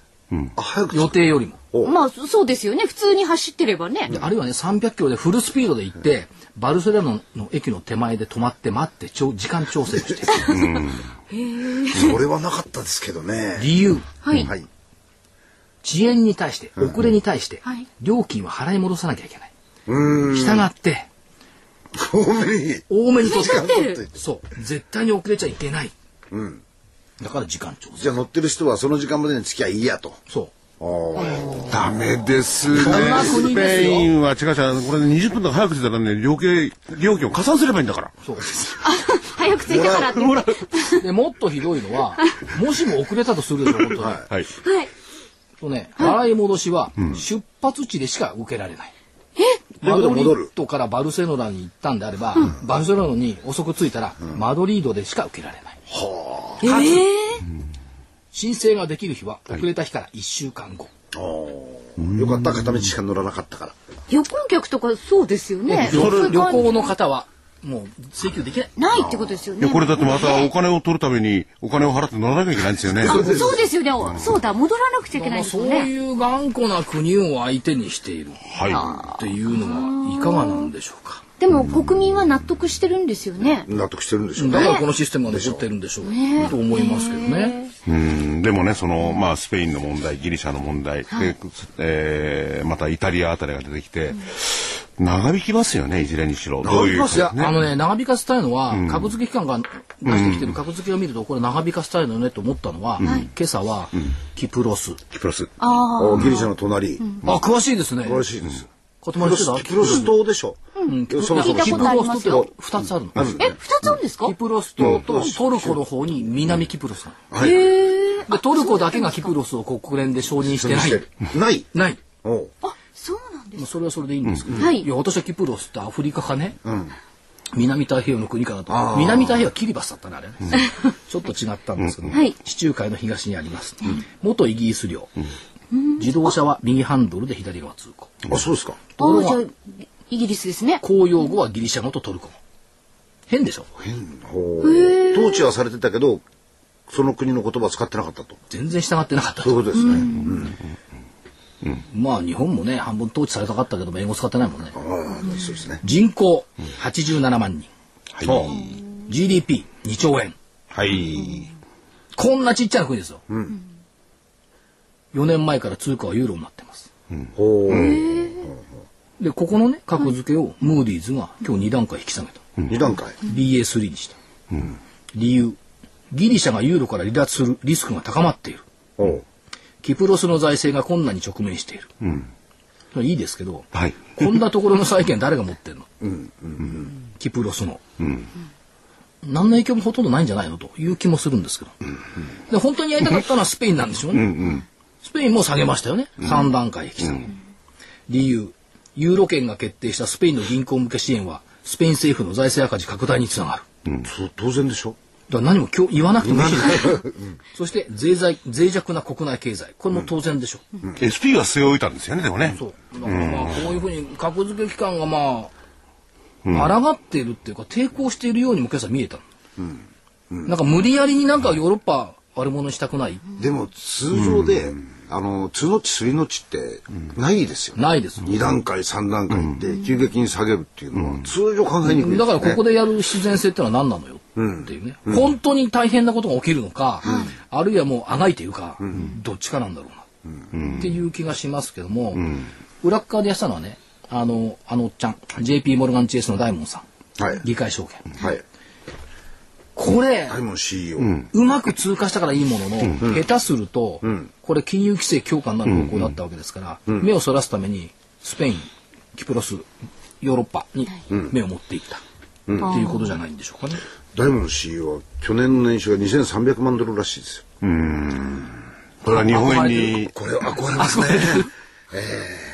[SPEAKER 3] あ、早く。
[SPEAKER 1] 予定よりも
[SPEAKER 2] まあ、そそうですよね。普通に走ってればね。
[SPEAKER 1] であるいはね300キロでフルスピードで行ってバルセロナの駅の手前で止まって待ってちょ時間調整を してる
[SPEAKER 3] それはなかったですけどね。
[SPEAKER 1] 理由
[SPEAKER 2] はい。
[SPEAKER 3] はい。
[SPEAKER 1] 遅延に対して遅れに対して
[SPEAKER 2] はい
[SPEAKER 1] 料金は払い戻さなきゃいけない、
[SPEAKER 3] うーん。
[SPEAKER 1] したがって
[SPEAKER 3] 多めに。
[SPEAKER 1] 多めに取って
[SPEAKER 2] 取ってる
[SPEAKER 1] そう絶対に遅れちゃいけない
[SPEAKER 3] うん。
[SPEAKER 1] だから時間調整
[SPEAKER 3] じゃあ乗ってる人はその時間までに付きゃいいやと。
[SPEAKER 1] そう
[SPEAKER 3] あー
[SPEAKER 4] ダメですね。
[SPEAKER 1] な国です
[SPEAKER 4] スペ
[SPEAKER 1] よ
[SPEAKER 4] インは違う違う。これね20分とか早く着いたらね、料金、料金を加算すればいいんだから。
[SPEAKER 1] そう
[SPEAKER 2] 早く着いたからって。は
[SPEAKER 1] でもっとひどいのはもしも遅れたとするでしょ本当に、
[SPEAKER 4] はい。
[SPEAKER 2] い。
[SPEAKER 1] とね払い戻しは出発地でしか受けられない、マ
[SPEAKER 3] だ
[SPEAKER 1] ド
[SPEAKER 3] け
[SPEAKER 1] リ
[SPEAKER 3] ど戻
[SPEAKER 1] ッ
[SPEAKER 3] る
[SPEAKER 1] ドからバルセロナに行ったんであれば、バルセロナに遅く着いたら、マドリードでしか受けられない
[SPEAKER 2] ええ
[SPEAKER 1] 申請ができる日は遅れた日から1週間後、
[SPEAKER 3] あー。よかった片道しか乗らなかったから。
[SPEAKER 2] 旅行客とかそうですよね。
[SPEAKER 1] 旅
[SPEAKER 2] そういう感じ
[SPEAKER 1] 旅行の方はもう請求できない。
[SPEAKER 5] ないってことですよ
[SPEAKER 4] いや
[SPEAKER 5] ね。
[SPEAKER 4] これだってまたお
[SPEAKER 5] ね
[SPEAKER 4] 金を取るためにお金を払って乗らなきゃいけないんですよね。
[SPEAKER 5] あそうですよね。そうだ、戻らなくちゃいけないです
[SPEAKER 1] そ
[SPEAKER 5] よ
[SPEAKER 1] う
[SPEAKER 5] ね。
[SPEAKER 1] いう頑固な国を相手にしている
[SPEAKER 4] は
[SPEAKER 1] っていうのはいかがなんでしょうか。
[SPEAKER 5] でも国民は納得してるんですよね。
[SPEAKER 3] 納得してるんでしょう
[SPEAKER 1] だ
[SPEAKER 3] ね。
[SPEAKER 1] からこのシステムが残ってるんでしょうと思いますけどね。
[SPEAKER 4] い。うん。でもね、その、まあ、スペインの問題、ギリシャの問題、で、えーまたイタリアあたりが出てきて、長引きますよね、いずれにしろ。どう
[SPEAKER 3] 長
[SPEAKER 4] いう。
[SPEAKER 3] 引きますよ
[SPEAKER 4] ね
[SPEAKER 1] あのね、長引かせたいのは、格付け機関が出してきてる格付けを見ると、これ長引かせたいのねと思ったのは、今朝は、キプロス。
[SPEAKER 4] キプロス。
[SPEAKER 3] あギリシャの隣。
[SPEAKER 1] あ、詳しいですね。
[SPEAKER 3] 詳しいです。
[SPEAKER 1] 言
[SPEAKER 3] プ
[SPEAKER 1] 葉
[SPEAKER 3] ロ
[SPEAKER 1] に
[SPEAKER 3] ス
[SPEAKER 1] してた
[SPEAKER 3] プロス島でしょ。そもそも
[SPEAKER 5] 聞いた
[SPEAKER 1] キ
[SPEAKER 5] こ
[SPEAKER 1] プ
[SPEAKER 5] とあり
[SPEAKER 1] ロ
[SPEAKER 5] ま
[SPEAKER 1] ス
[SPEAKER 5] す
[SPEAKER 1] 島っ
[SPEAKER 5] よ
[SPEAKER 1] て2つあるの。
[SPEAKER 3] ある
[SPEAKER 5] え、二つあるんですか
[SPEAKER 1] キプロス島とトルコの方に南キプロスなの
[SPEAKER 5] へえ。
[SPEAKER 1] でトルコだけがキプロスを国連で承認してない。
[SPEAKER 3] ない。
[SPEAKER 1] ない。
[SPEAKER 3] おう
[SPEAKER 5] あ、そうなんです。
[SPEAKER 1] まあそれはそれでいいんですけど、
[SPEAKER 5] はい
[SPEAKER 1] いや私はキプロスってアフリカかね、南太平洋の国かなと南太平洋はキリバスだったねあれね、ちょっと違ったんですけど、
[SPEAKER 5] はい
[SPEAKER 1] 地中海の東にあります、元イギリス領、自動車は右ハンドルで左側通行
[SPEAKER 3] あ、そうですか。
[SPEAKER 1] ところ
[SPEAKER 5] あ、
[SPEAKER 1] が
[SPEAKER 5] じゃあ、イギリスですね。
[SPEAKER 1] 公用語はギリシャ語とトルコ語変でしょ
[SPEAKER 3] ほう統治はされてたけど、その国の言葉は使ってなかったと。
[SPEAKER 1] 全然従ってなかった
[SPEAKER 3] そういうことですね。うん
[SPEAKER 1] まあ日本もね半分統治されたかったけども英語使ってないもんね
[SPEAKER 3] ああ、そうですね。
[SPEAKER 1] 人口87万人
[SPEAKER 4] はい。
[SPEAKER 1] GDP2 兆円
[SPEAKER 4] はい。
[SPEAKER 1] こんなちっちゃな国ですよ、4年前から通貨はユーロになってます
[SPEAKER 3] ほう。
[SPEAKER 1] でここのね格付けをムーディーズが今日2段階引き下げた、
[SPEAKER 3] 二段階。
[SPEAKER 1] BA3 にした、理由ギリシャがユーロから離脱するリスクが高まっている
[SPEAKER 3] おう
[SPEAKER 1] キプロスの財政が困難に直面している、いいですけど、
[SPEAKER 4] はい。
[SPEAKER 1] こんなところの債権誰が持ってんの、キプロスの、何の影響もほとんどないんじゃないのという気もするんですけど、で本当にやりたかったのはスペインなんでしょうね、スペインも下げましたよね、3段階引き下げ、理由ユーロ圏が決定したスペインの銀行向け支援はスペイン政府の財政赤字拡大につながる
[SPEAKER 3] そう当然でしょ。
[SPEAKER 1] だから何も今日言わなくてもいいんですよそして脆在脆弱な国内経済これも当然でしょう、
[SPEAKER 4] SP が据え置いたんですよね、でもね。
[SPEAKER 1] そうだからまあこういうふうに格付け機関がまあ抗っているっていうか抵抗しているようにも今朝見えたの、なんか無理やりになんかヨーロッパ悪者にしたくない
[SPEAKER 3] でも通常で、あの、2のち3のちってないですよね。
[SPEAKER 1] ないです
[SPEAKER 3] 2段階3段階って急激に下げるっていうのは通常考えにくいですね
[SPEAKER 1] だからここでやる自然性ってのは何なのよっていうね、本当に大変なことが起きるのか、あるいはもうあがいているか、どっちかなんだろうな、っていう気がしますけども、裏っ側でやってたのはねあのあのおっちゃん JP モルガン GS の大門さん
[SPEAKER 3] はい
[SPEAKER 1] 議会証券
[SPEAKER 3] はい
[SPEAKER 1] これ、
[SPEAKER 3] 大門 CEO
[SPEAKER 1] うまく通過したからいいものの、下手すると、これ金融規制強化になる方向だったわけですから、目をそらすためにスペインキプロスヨーロッパに目を持っていった、っていうことじゃないんでしょうかね。
[SPEAKER 3] 大門 CEO は去年の年収が2300万ドルらしいですよ
[SPEAKER 4] これは日本円に、
[SPEAKER 3] これ憧れますね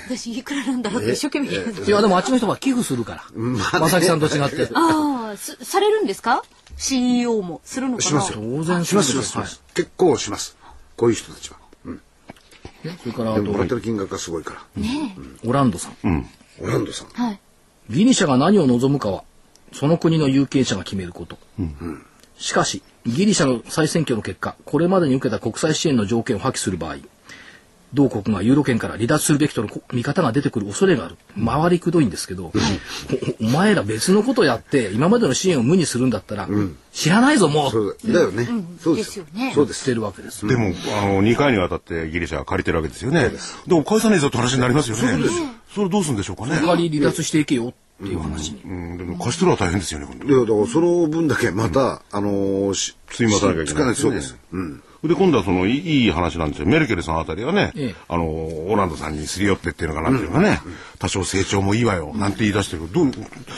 [SPEAKER 5] 私、いくらなんだろうって一生懸命言う
[SPEAKER 1] いやでもあっちの人は寄付するから、まさきさんと違って
[SPEAKER 5] ああ、すされるんですか ?CEO も。するのかな
[SPEAKER 3] しますよ
[SPEAKER 1] 当然
[SPEAKER 3] しますし
[SPEAKER 1] そう
[SPEAKER 3] ま
[SPEAKER 1] ですす
[SPEAKER 3] します結構しますこういう人たちは
[SPEAKER 1] ねそれからあ
[SPEAKER 3] でももらっ
[SPEAKER 1] と
[SPEAKER 3] てる金額がすごいから
[SPEAKER 5] ねえ
[SPEAKER 1] オランドさん、
[SPEAKER 3] オランダさん
[SPEAKER 5] はい。
[SPEAKER 1] ギリシャが何を望むかはその国の有権者が決めること、しかしギリシャの再選挙の結果これまでに受けた国際支援の条件を破棄する場合同国がユーロ圏から離脱するべきとのこ見方が出てくる恐れがある回りくどいんですけど、おお前ら別のことやって今までの支援を無にするんだったら、知らないぞもう
[SPEAKER 3] そうだだよねそうですよ
[SPEAKER 5] ですよね
[SPEAKER 3] そうで
[SPEAKER 1] し
[SPEAKER 3] す
[SPEAKER 1] てるわけです
[SPEAKER 4] でも、あの、2回にわたってギリシャは借りてるわけですよね。でも返さねえぞって話になりますよね。それどうするんでしょうかね。
[SPEAKER 1] 他に離脱していけよっていう話に。
[SPEAKER 4] うん、でも貸してるのは大変ですよね、今
[SPEAKER 3] い
[SPEAKER 4] 度。
[SPEAKER 3] やだからその分だけまたあのーし
[SPEAKER 4] ついまたなきゃいけ
[SPEAKER 3] つか
[SPEAKER 4] ない
[SPEAKER 3] な
[SPEAKER 4] で
[SPEAKER 3] い
[SPEAKER 4] す
[SPEAKER 3] そ
[SPEAKER 4] よ
[SPEAKER 3] う
[SPEAKER 4] ね
[SPEAKER 3] ですうん
[SPEAKER 4] で、今度はその、いいいい話なんですよ。メルケルさんあたりはね、
[SPEAKER 1] ええ
[SPEAKER 4] あの、オランダさんにすり寄ってっていうのかなっていうのかね、多少成長もいいわよ、なんて言い出してるけど、どう、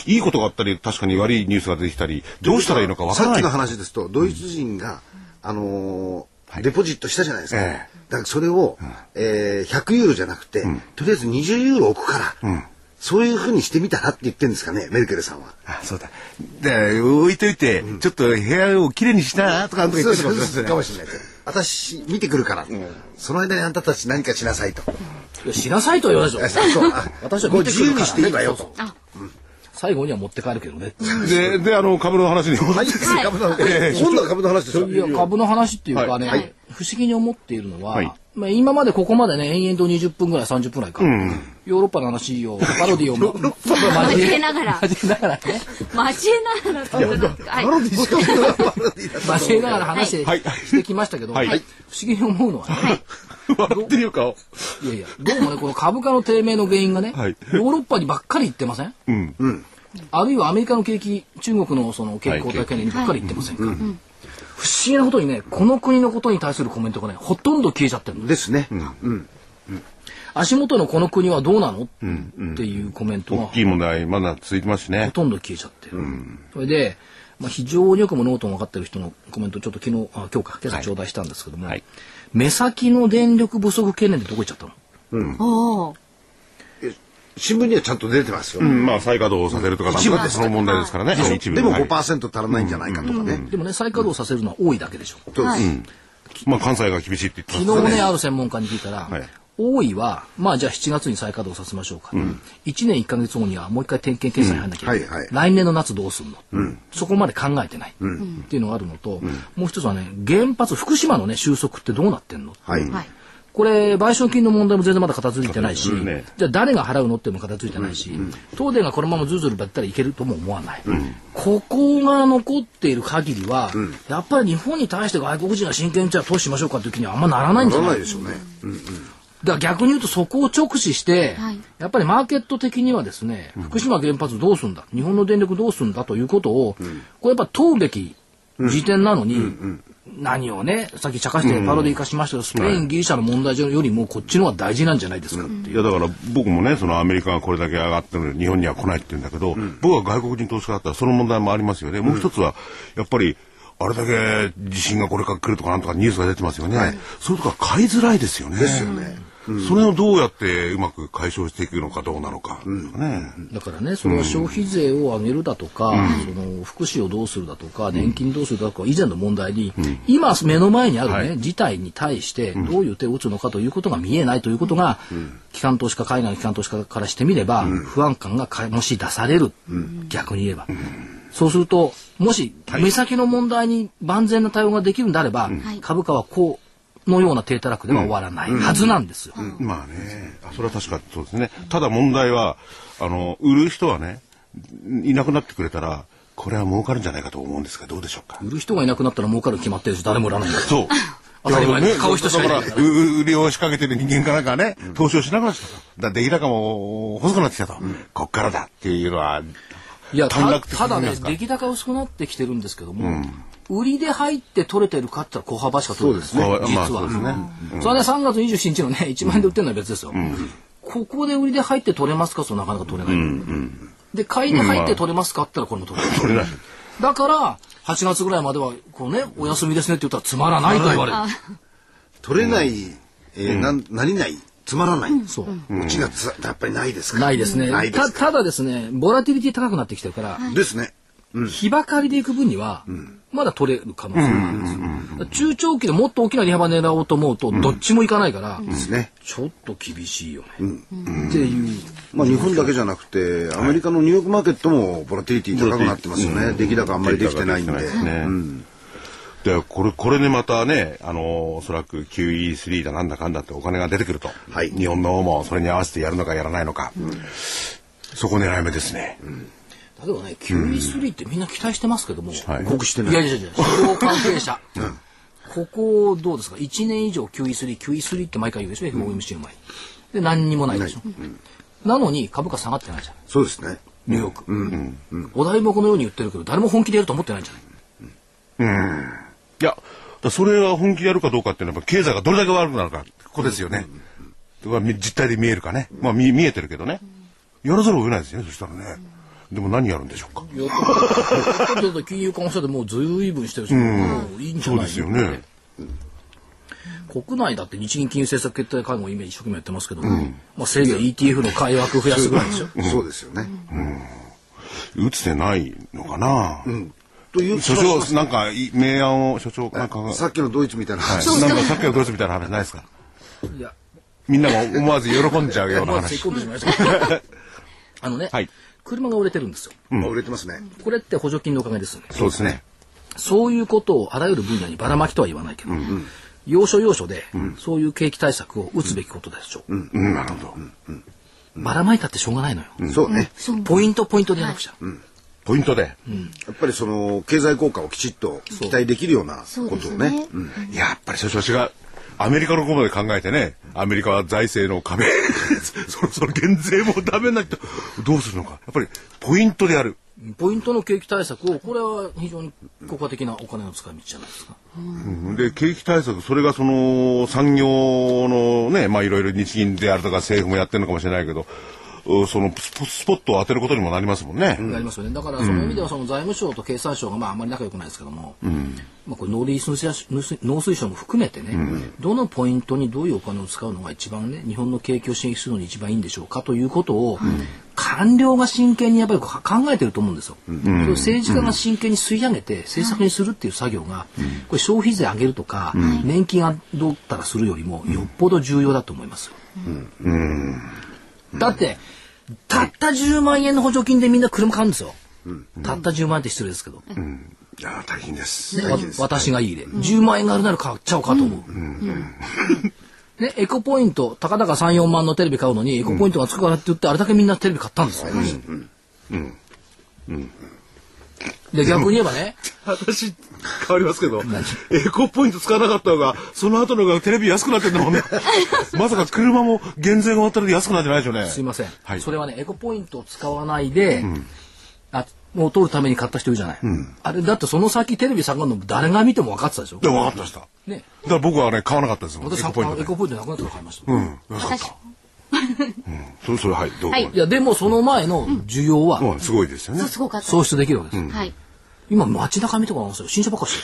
[SPEAKER 4] いいことがあったり、確かに悪いニュースが出てきたり、どうしたらいいのかわから
[SPEAKER 3] さっ
[SPEAKER 4] な
[SPEAKER 3] き
[SPEAKER 4] い
[SPEAKER 3] の。話ですとドイツ人があのーデポジットしたじゃないですかだ
[SPEAKER 4] ええ
[SPEAKER 3] からそれをえー100ユーロじゃなくてとりあえず20ユーロ置くからそういうふうにしてみたらって言ってるんですかねメルケルさんは
[SPEAKER 4] あ、そうだ。で、置いといて、ちょっと部屋をきれいにしな、とか、とか言ってるかもしれないですね
[SPEAKER 3] かもしれないです私見てくるから、その間にあんたたち何かしなさいと。
[SPEAKER 1] いやしなさいとは言わないでしょ。
[SPEAKER 3] そうあ
[SPEAKER 1] 私は
[SPEAKER 3] こう
[SPEAKER 1] 見て
[SPEAKER 3] 自
[SPEAKER 1] くる
[SPEAKER 3] 由
[SPEAKER 1] から
[SPEAKER 3] にしていいわよと。
[SPEAKER 1] そうそう最後には持って帰るけどね。
[SPEAKER 4] で、で、あの、株の話に。 はい。
[SPEAKER 3] 株の話今度は株の話ですよ
[SPEAKER 1] いや株の話っていうかね、
[SPEAKER 5] はい
[SPEAKER 1] 不思議に思っているのは、
[SPEAKER 4] はい
[SPEAKER 1] まあ、今までここまでね延々と20分ぐらい30分ぐらいか、ヨーロッパの話をパロディをも
[SPEAKER 5] 交えながら
[SPEAKER 1] 交えながらね
[SPEAKER 5] 交えながらとなんかはい
[SPEAKER 3] パロディしかもなパロディだと
[SPEAKER 1] 交えながら話して,、
[SPEAKER 4] はい
[SPEAKER 1] してきましたけど、
[SPEAKER 4] はい
[SPEAKER 1] 不思議に思うのはね、
[SPEAKER 4] 笑ってるよ、顔。
[SPEAKER 1] い、やいやどうもねこの株価の低迷の原因がね、
[SPEAKER 4] はい
[SPEAKER 1] ヨーロッパにばっかり行ってません
[SPEAKER 4] うん。
[SPEAKER 1] あるいはアメリカの景気中国のその景気後退懸念にばっかり言ってませんか、不思議なことにねこの国のことに対するコメントがねほとんど消えちゃってるの
[SPEAKER 3] ですね。うん。
[SPEAKER 1] 足元のこの国はどうなの、っていうコメントが
[SPEAKER 4] 大
[SPEAKER 1] ほ
[SPEAKER 4] きい問題、まだ続いてますしね。
[SPEAKER 1] とんど消えちゃってる、それで、まあ、非常によくもノートの分かってる人のコメントちょっと昨日あ今日か今朝頂戴したんですけども、
[SPEAKER 4] はい
[SPEAKER 1] 目先の電力不足懸念ってどこ行っちゃったの
[SPEAKER 5] おー
[SPEAKER 3] 新聞にはちゃんと出てますよ
[SPEAKER 4] う。ん、まあ、再稼働させるとか、
[SPEAKER 3] 一部です
[SPEAKER 4] その問題ですからね。
[SPEAKER 3] でしょ
[SPEAKER 4] 一部
[SPEAKER 3] でも
[SPEAKER 4] はい
[SPEAKER 3] 5%足らないんじゃないかとかね。
[SPEAKER 1] でもね再稼働させるのは多いだけでしょ
[SPEAKER 3] そうです
[SPEAKER 4] まあ、関西が厳しいって言って
[SPEAKER 1] 昨
[SPEAKER 4] ますから
[SPEAKER 1] 日ね
[SPEAKER 4] ね。
[SPEAKER 1] ある専門家に聞いたら、
[SPEAKER 4] はい
[SPEAKER 1] 大井はまあじゃあ7月に再稼働させましょうか、1年1か月後にはもう一回点検検査に入らなきゃいけない、
[SPEAKER 3] うんはいはい
[SPEAKER 1] 来年の夏どうするの、そこまで考えてない、っていうのがあるのと、もう一つはね原発福島のね収束ってどうなってんの
[SPEAKER 3] はい。
[SPEAKER 5] はい
[SPEAKER 1] これ賠償金の問題も全然まだ片付いてないし、
[SPEAKER 4] そうですね
[SPEAKER 1] じゃあ誰が払うのっていうのも片付いてないし、東電がこのままズルズルだったらいけるとも思わない、ここが残っている限りは、やっぱり日本に対して外国人が真剣にじゃあ投資しましょうかっていう気にはあんまならないんじゃ
[SPEAKER 3] 足ら
[SPEAKER 1] ない
[SPEAKER 3] ないですよね。
[SPEAKER 1] だから逆に言うとそこを直視して、
[SPEAKER 5] はい
[SPEAKER 1] やっぱりマーケット的にはですね、福島原発どうすんだ、日本の電力どうすんだということを、これやっぱ問うべき時点なのに、何をね、さっき茶化してパロディ化しましたけど、スペイン、ギリシャの問題よりもこっちの方が大事なんじゃないですかって
[SPEAKER 4] い
[SPEAKER 1] いう。
[SPEAKER 4] やだから僕もねそのアメリカがこれだけ上がってるのに日本には来ないって言うんだけど、僕は外国人投資家だったらその問題もありますよねもう一つはやっぱりあれだけ地震がこれから来るとかなんとかニュースが出てますよね、それとか買いづらいですよね。ですよね。それをどうやってうまく解消していくのかどうなのか、ね、
[SPEAKER 1] だからね、その消費税を上げるだとか、その福祉をどうするだとか、年金どうするだとか、以前の問題に、今目の前にあるね、
[SPEAKER 4] はい
[SPEAKER 1] 事態に対して、どういう手を打つのかということが見えないということが、機関投資家、海外の機関投資家からしてみれば、不安感がかもし出される、逆に言えば。そうすると、もし目先の問題に万全な対応ができるんであれば、
[SPEAKER 5] はい
[SPEAKER 1] 株価はこうのような低たらくでは終わらないはずなんですよ。
[SPEAKER 4] まあねあそれは確かそうですねただ問題はあの売る人はねいなくなってくれたらこれは儲かるんじゃないかと思うんですがどうでしょうか
[SPEAKER 1] 売る人がいなくなったら儲かる決まってるし、誰も売らないんだから
[SPEAKER 4] そう。
[SPEAKER 1] 当たり前
[SPEAKER 4] いや
[SPEAKER 1] に買う人しかいないんだ
[SPEAKER 4] だ
[SPEAKER 1] か
[SPEAKER 4] からら、う売りを仕掛けてる人間かなんかね、投資をしなくなっちゃったと。だから出来高も細くなってきたと。こっからだっていうのは、
[SPEAKER 1] いや
[SPEAKER 4] 短
[SPEAKER 1] た
[SPEAKER 4] 絡的
[SPEAKER 1] ただ
[SPEAKER 4] に見
[SPEAKER 1] ね
[SPEAKER 4] ますか
[SPEAKER 1] 出来高薄くなってきてるんですけども、売りで入って取れてるかって言ったら小幅しか取れてない
[SPEAKER 4] そうです
[SPEAKER 1] 実
[SPEAKER 4] ね
[SPEAKER 1] は、
[SPEAKER 4] まあそうですね
[SPEAKER 1] それはね3月27日のね1万円で売ってるのは別ですよ、ここで売りで入って取れますかとなかなか取れない、で買いで入って取れますかって言ったらこれも取れない、
[SPEAKER 4] 取れない。
[SPEAKER 1] だから8月ぐらいまではこうねお休みですねって言ったらつまらないと言われる、
[SPEAKER 3] 取れない、えーなん、なりない、つまらない。
[SPEAKER 1] そう、
[SPEAKER 3] うちがつやっぱりないですから。
[SPEAKER 1] ないですね、
[SPEAKER 3] ないで
[SPEAKER 1] た
[SPEAKER 3] すか
[SPEAKER 1] ただですねボラティリティ高くなってきてるから、
[SPEAKER 3] ですね。
[SPEAKER 1] 日ばかりで行く分には、まだ取れる可能性があるんですよ。だから中長期でもっと大きな利幅狙おうと思うと、どっちもいかないから、
[SPEAKER 3] ですね。
[SPEAKER 1] ちょっと厳しいよね。っていう。
[SPEAKER 3] まあ日本だけじゃなくて、アメリカのニューヨークマーケットもボラティリティ高くなってますよね。出来高あんまりできてないんで。
[SPEAKER 4] 出来高がきてないですねで、これ、これでまたね、あの、おそらく QE3 だなんだかんだってお金が出てくると。
[SPEAKER 3] はい
[SPEAKER 4] 日本の方もそれに合わせてやるのかやらないのか。そこ狙い目ですね。
[SPEAKER 1] 例えばね、QE3 ってみんな期待してますけども、
[SPEAKER 4] はい
[SPEAKER 3] 僕してない
[SPEAKER 1] や
[SPEAKER 3] い。
[SPEAKER 1] いやいや、 市場関係者。ここどうですか ?1 年以上 QE3、QE3 って毎回言うでしょ ?FOMC の前に。で、何にもないでしょなのに株価下がってないじゃん。
[SPEAKER 3] そうですね。
[SPEAKER 1] ニューヨーク。お台場このように言ってるけど、誰も本気でやると思ってないじゃない
[SPEAKER 4] いや、だからそれが本気でやるかどうかっていうのは、やっぱ経済がどれだけ悪くなるか、ここですよね。これは実態で見えるかね。まあ見見えてるけどね。やらざるを得ないですよね、そしたらね。でも何やるんでしょうか。
[SPEAKER 1] いやちょっと金融緩和策もうずいぶんしてるし、もういいんじゃ
[SPEAKER 4] そう
[SPEAKER 1] ない
[SPEAKER 4] ですよね。
[SPEAKER 1] 国内だって日銀金融政策決定会合を今一生懸命やってますけど、まあ、せいぜい ETF の買い枠増やすぐらいでしょ。
[SPEAKER 3] そうですよね。
[SPEAKER 4] 打つてないのかな。
[SPEAKER 3] という
[SPEAKER 4] 所長、なんかい、明暗を、所長、なんか、はい
[SPEAKER 3] さっきのドイツみたいな話。
[SPEAKER 4] なんかさっきのドイツみたいな話ないですか。
[SPEAKER 1] いや、
[SPEAKER 4] みんなが思わず喜んじゃうような
[SPEAKER 1] まあ、突っ
[SPEAKER 4] 話。
[SPEAKER 1] 込んでしまいましたけどあのね、
[SPEAKER 4] はい
[SPEAKER 1] 車が売れてるんですよ。
[SPEAKER 3] あ売れてますね。
[SPEAKER 1] これって補助金のおかげですよね。
[SPEAKER 4] そうですね。
[SPEAKER 1] そういうことをあらゆる分野にばらまきとは言わないけど、要所要所で、そういう景気対策を打つべきことでしょう。
[SPEAKER 4] うん、なるほど。
[SPEAKER 1] ばらまいたってしょうがないのよ。
[SPEAKER 3] そうね。
[SPEAKER 5] そう
[SPEAKER 1] ポイントポイントでやらなくちゃ。
[SPEAKER 4] ポイントで。
[SPEAKER 3] やっぱりその経済効果をきちっと期待できるような
[SPEAKER 5] そう
[SPEAKER 3] こ
[SPEAKER 5] で
[SPEAKER 3] とを
[SPEAKER 5] す
[SPEAKER 3] ね
[SPEAKER 5] ね。
[SPEAKER 3] うん
[SPEAKER 4] やっぱり所長がアメリカのことまで考えてね、アメリカは財政の壁、 そろそろ減税もダメになって、どうするのか。やっぱりポイントでやる。
[SPEAKER 1] ポイントの景気対策を、これは非常に効果的なお金の使い道じゃないですか。
[SPEAKER 4] うんで、景気対策、それがその産業のね、まあいろいろ日銀であるとか政府もやってるのかもしれないけど、うんそのスポスポットを当てることにもなりますもんね。
[SPEAKER 1] ありますよね。だから、その意味では、その財務省と経産省が、まあ、あんまり仲良くないですけども、まあ、これ、農林水産農水農水省も含めてね、どのポイントにどういうお金を使うのが一番ね、日本の景気を刺激するのに一番いいんでしょうかということを、官僚が真剣にやっぱりこう考えてると思うんですよ。それを政治家が真剣に吸い上げて政策にするっていう作業が、これ消費税上げるとか、年金がどうたらするよりも、よっぽど重要だと思いますよ。だって、たった10万円の補助金でみんな車買うんですよ。たった10万円って失礼ですけど、
[SPEAKER 4] いやー、大変です。
[SPEAKER 1] ねわ私がいいで、10万円があるなら買っちゃおうかと思う。ね、エコポイント、たかだか3、4万のテレビ買うのに、エコポイントがつくからって言って、あれだけみんなテレビ買ったんですよ。で、逆に言えばね、
[SPEAKER 4] 私、変わりますけど、エコポイント使わなかった方が、その後の方がテレビ安くなってんだ もんね。まさか車も減税が終わったので安くなってないでしょうね。
[SPEAKER 1] すいません、
[SPEAKER 4] はい
[SPEAKER 1] それはね、エコポイントを使わないで、あもう取るために買った人いるじゃない。あれ、だってその先テレビ下がるの誰が見ても分かってたでしょ
[SPEAKER 4] で、。分かったした。だか
[SPEAKER 1] ね。
[SPEAKER 4] ら僕はね、買わなかったですもん。エ
[SPEAKER 1] 私
[SPEAKER 4] コポイント
[SPEAKER 1] エ
[SPEAKER 4] で
[SPEAKER 1] コ。ポイントなくなったから買いました、
[SPEAKER 4] うん、安かった。
[SPEAKER 5] 私
[SPEAKER 4] それ、それ、はい、どうぞ
[SPEAKER 5] はい
[SPEAKER 1] いやでもその前の需要は
[SPEAKER 4] うんすごいですよね
[SPEAKER 5] そう。すごかった
[SPEAKER 1] 創出できるわけです、
[SPEAKER 5] はい
[SPEAKER 1] 今街中見てごらんなさいよ新車ばっかりして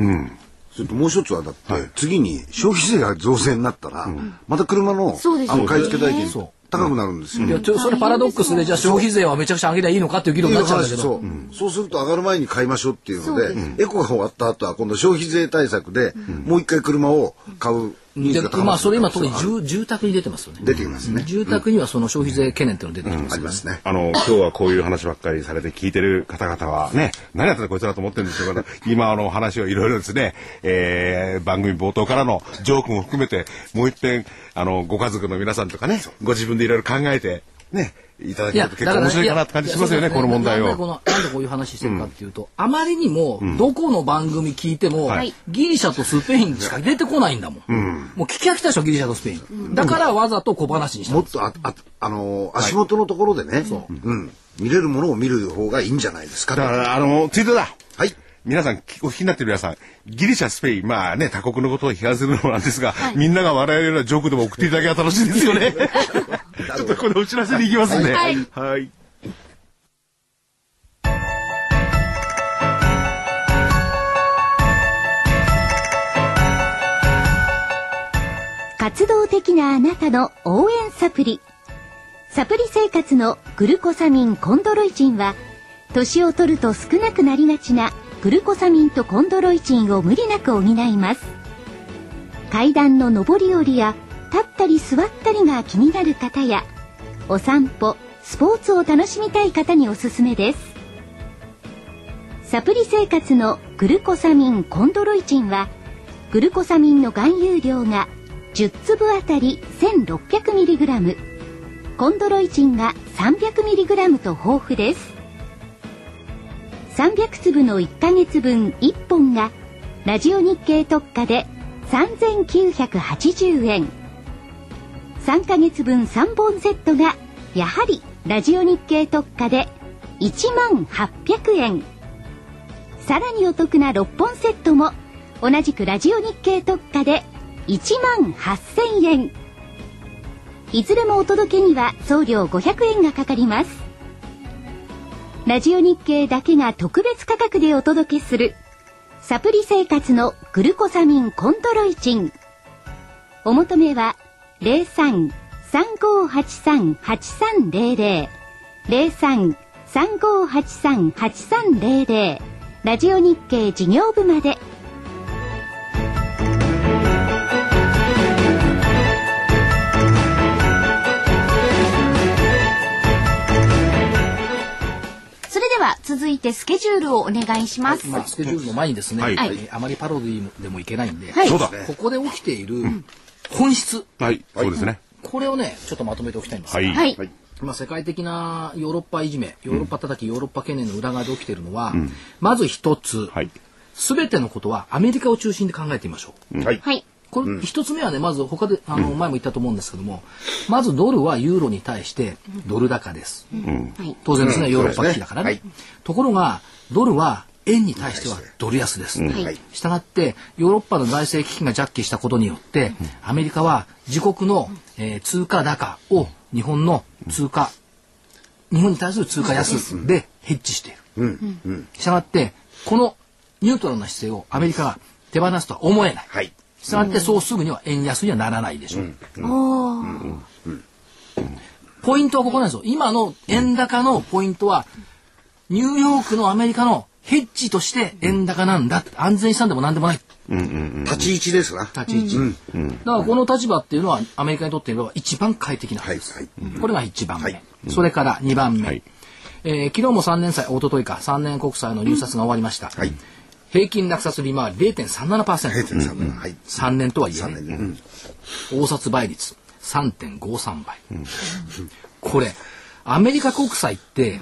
[SPEAKER 1] る
[SPEAKER 3] それともう一つはだって、次に消費税が増税になったら、また車の
[SPEAKER 5] そうです
[SPEAKER 3] あ
[SPEAKER 5] よね
[SPEAKER 3] の買い付け代金
[SPEAKER 1] そ
[SPEAKER 3] 高くなるんですよ。
[SPEAKER 1] いやちょそれパラドックスでじゃあ消費税はめちゃくちゃ上げりゃいいのかっていう議論になっちゃうんだけど
[SPEAKER 3] そう、そうすると上がる前に買いましょうっていうので
[SPEAKER 5] そうです
[SPEAKER 3] エコが終わった後は今度消費税対策で、もう一回車を買うニーズ
[SPEAKER 1] で
[SPEAKER 3] が高ま
[SPEAKER 1] まあ
[SPEAKER 3] ってく
[SPEAKER 1] そ
[SPEAKER 3] る
[SPEAKER 1] れ
[SPEAKER 3] 可
[SPEAKER 1] 今
[SPEAKER 3] 能
[SPEAKER 1] 特に
[SPEAKER 3] 性がある
[SPEAKER 1] 住住宅に出てますよね
[SPEAKER 3] 出てきますね、
[SPEAKER 1] 住宅にはその消費税懸念っていうの出てきますよ
[SPEAKER 3] あり
[SPEAKER 1] ね
[SPEAKER 3] ますね
[SPEAKER 4] あの、今日はこういう話ばっかりされて聞いてる方々はね、何やってたこいつらと思ってるんでしょうけど、今あの話をいろいろですね、えー、番組冒頭からのジョークも含めて、もう一遍、あの、ご家族の皆さんとかね、ご自分でいろいろ考えて、ね、いただけると結構面白いかなって感じしますよね、
[SPEAKER 1] いや
[SPEAKER 4] この問題
[SPEAKER 1] なんでこ
[SPEAKER 4] を。
[SPEAKER 1] のなんでこういう話してるかっていうと、あまりにも、どこの番組聞いても、
[SPEAKER 4] はい
[SPEAKER 1] ギリシャとスペインしか出てこないんだもん。もう聞き飽きたでしょ、ギリシャとスペイン。だからわざと小話にした
[SPEAKER 3] も。っとあああのー足元のところでね、うん、見れるものを見る方がいいんじゃないですか
[SPEAKER 4] だ
[SPEAKER 3] と
[SPEAKER 4] か
[SPEAKER 3] は
[SPEAKER 4] ら、あの、ツイートだ
[SPEAKER 3] い
[SPEAKER 4] 皆さん、きお聞きになってる皆さん、ギリシャ、スペイン、まあね、他国のことを批判するのもなんですが、みんなが笑えるようなジョークでも送っていただけば楽しいですよね。ちょっとこれお知らせに行きますんで。
[SPEAKER 5] はい
[SPEAKER 4] はい
[SPEAKER 2] 活動的なあなたの応援サプリ。サプリ生活のグルコサミン、コンドロイチンは、年を取ると少なくなりがちなグルコサミンとコンドロイチンを無理なく補います。階段の上り下りや、立ったり座ったりが気になる方や、お散歩、スポーツを楽しみたい方におすすめです。サプリ生活のグルコサミン、コンドロイチンは、グルコサミンの含有量が10粒あたり 1600mg コンドロイチンが 300mg と豊富です300粒の1ヶ月分1本がラジオ日経特価で3980円3ヶ月分3本セットがやはりラジオ日経特価で1万800円さらにお得な6本セットも同じくラジオ日経特価で1万8000円いずれもお届けには送料500円がかかりますラジオ日経だけが特別価格でお届けするサプリ生活のグルコサミンコントロイチンお求めは03-3583-8300 03-3583-8300ラジオ日経事業部まで続いてスケジュールをお願いします。
[SPEAKER 1] まあ、スケジュールの前にですね、
[SPEAKER 4] はい
[SPEAKER 2] はい
[SPEAKER 1] えーあまりパロディでもいけないんで、
[SPEAKER 2] はい
[SPEAKER 4] そうだ。
[SPEAKER 1] ここで起きている本質、
[SPEAKER 4] はい、そうですね。
[SPEAKER 1] これをね、ちょっとまとめておきたいんです。
[SPEAKER 4] はい。
[SPEAKER 2] はい。
[SPEAKER 1] まあ、世界的なヨーロッパいじめ、ヨーロッパ叩き、ヨーロッパ懸念の裏側で起きているのは、まず一つ、
[SPEAKER 4] はい。
[SPEAKER 1] すべてのことはアメリカを中心で考えてみましょう。
[SPEAKER 3] はい。
[SPEAKER 2] はい。
[SPEAKER 1] これ一つ目はね、まず他で、あの、前も言ったと思うんですけども、まずドルはユーロに対してドル高です。
[SPEAKER 2] はい。
[SPEAKER 1] 当然ですね、
[SPEAKER 3] うん
[SPEAKER 1] ヨーロッパ危機だからね。
[SPEAKER 3] そうですね
[SPEAKER 1] ところが、ドルは円に対してはドル安です。
[SPEAKER 2] い
[SPEAKER 3] はい
[SPEAKER 1] したがって、ヨーロッパの財政危機が着起したことによって、アメリカは自国の、えー通貨高を日本の通貨、日本に対する通貨安でヘッジしている。
[SPEAKER 3] うん。うん。
[SPEAKER 1] したがって、このニュートラルな姿勢をアメリカが手放すとは思えない。
[SPEAKER 3] はい。
[SPEAKER 1] したがって、そうすぐには円安にはならないでしょう。
[SPEAKER 5] おお。
[SPEAKER 1] ポイントはここなんですよ。今の円高のポイントは、ニューヨークのアメリカのヘッジとして円高なんだ。安全資産でも何でもない。
[SPEAKER 3] 立ち位置ですな。は
[SPEAKER 1] 立ち位置。だからこの立場っていうのはアメリカにとってみれば一番快適なはず
[SPEAKER 3] い。
[SPEAKER 1] です。
[SPEAKER 3] はい。
[SPEAKER 1] これが一番目。
[SPEAKER 3] はい
[SPEAKER 1] それから二番目。
[SPEAKER 4] はい
[SPEAKER 1] えー昨日も三年債、おとといか、三年国債の入札が終わりました。
[SPEAKER 3] はい。
[SPEAKER 1] 平均落札利回り
[SPEAKER 3] 平
[SPEAKER 1] 0.37%。
[SPEAKER 3] 点三分。はい。
[SPEAKER 1] 3年とは言え
[SPEAKER 3] 三
[SPEAKER 1] ない
[SPEAKER 3] 年。。うん。
[SPEAKER 1] 大札倍率3.53倍、これアメリカ国債って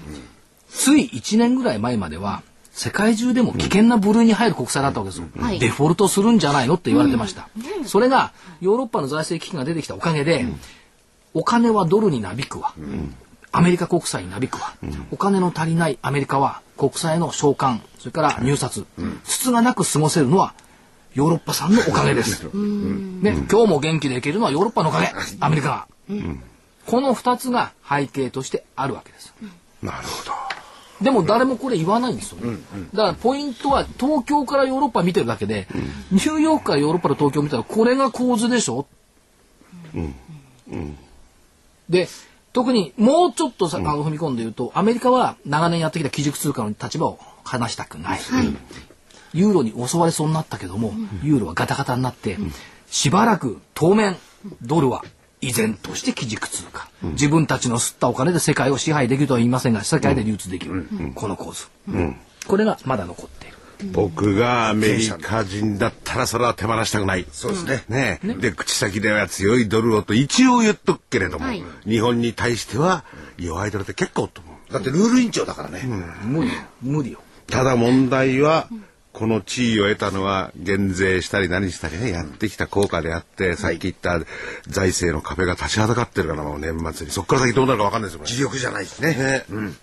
[SPEAKER 1] つい1年ぐらい前までは世界中でも危険な部類に入る国債だったわけですよ、
[SPEAKER 2] はい
[SPEAKER 1] デフォルトするんじゃないのって言われてました、それがヨーロッパの財政危機が出てきたおかげで、お金はドルになびくわ、アメリカ国債になびくわ、お金の足りないアメリカは国債の償還それから入札、筒がなく過ごせるのはヨーロッパさんのおかげです。ね、今日も元気でいけるのはヨーロッパのおかげ、アメリカが。この2つが背景としてあるわけです。
[SPEAKER 4] なるほど。
[SPEAKER 1] でも誰もこれ言わないんですよね。だからポイントは東京からヨーロッパ見てるだけで、ニューヨークからヨーロッパと東京見たらこれが構図でしょ。で、特にもうちょっとさ、あの踏み込んで言うと、アメリカは長年やってきた基軸通貨の立場を離したくない。ユーロに襲われそうになったけども、ユーロはガタガタになって、しばらく当面ドルは依然として基軸通貨、自分たちの吸ったお金で世界を支配できるとは言いませんが世界で流通できる、この構図、これがまだ残っている
[SPEAKER 4] 僕がアメリカ人だったらそれは手放したくない。
[SPEAKER 3] そうですね。
[SPEAKER 4] ねえで、口先では強いドルをと一応言っとくけれども、
[SPEAKER 2] はい
[SPEAKER 4] 日本に対しては弱いドルって結構と思う。
[SPEAKER 3] だってルール委員長だからね。
[SPEAKER 1] 無理よ無理よ
[SPEAKER 4] ただ問題は、この地位を得たのは減税したり何したりね、やってきた効果であって、さっき言った財政の壁が立ちはだかってるから、もう年末に。そこから先どうなるかわかんないですよ、これ
[SPEAKER 3] 自力じゃないですね。
[SPEAKER 4] ね。うん。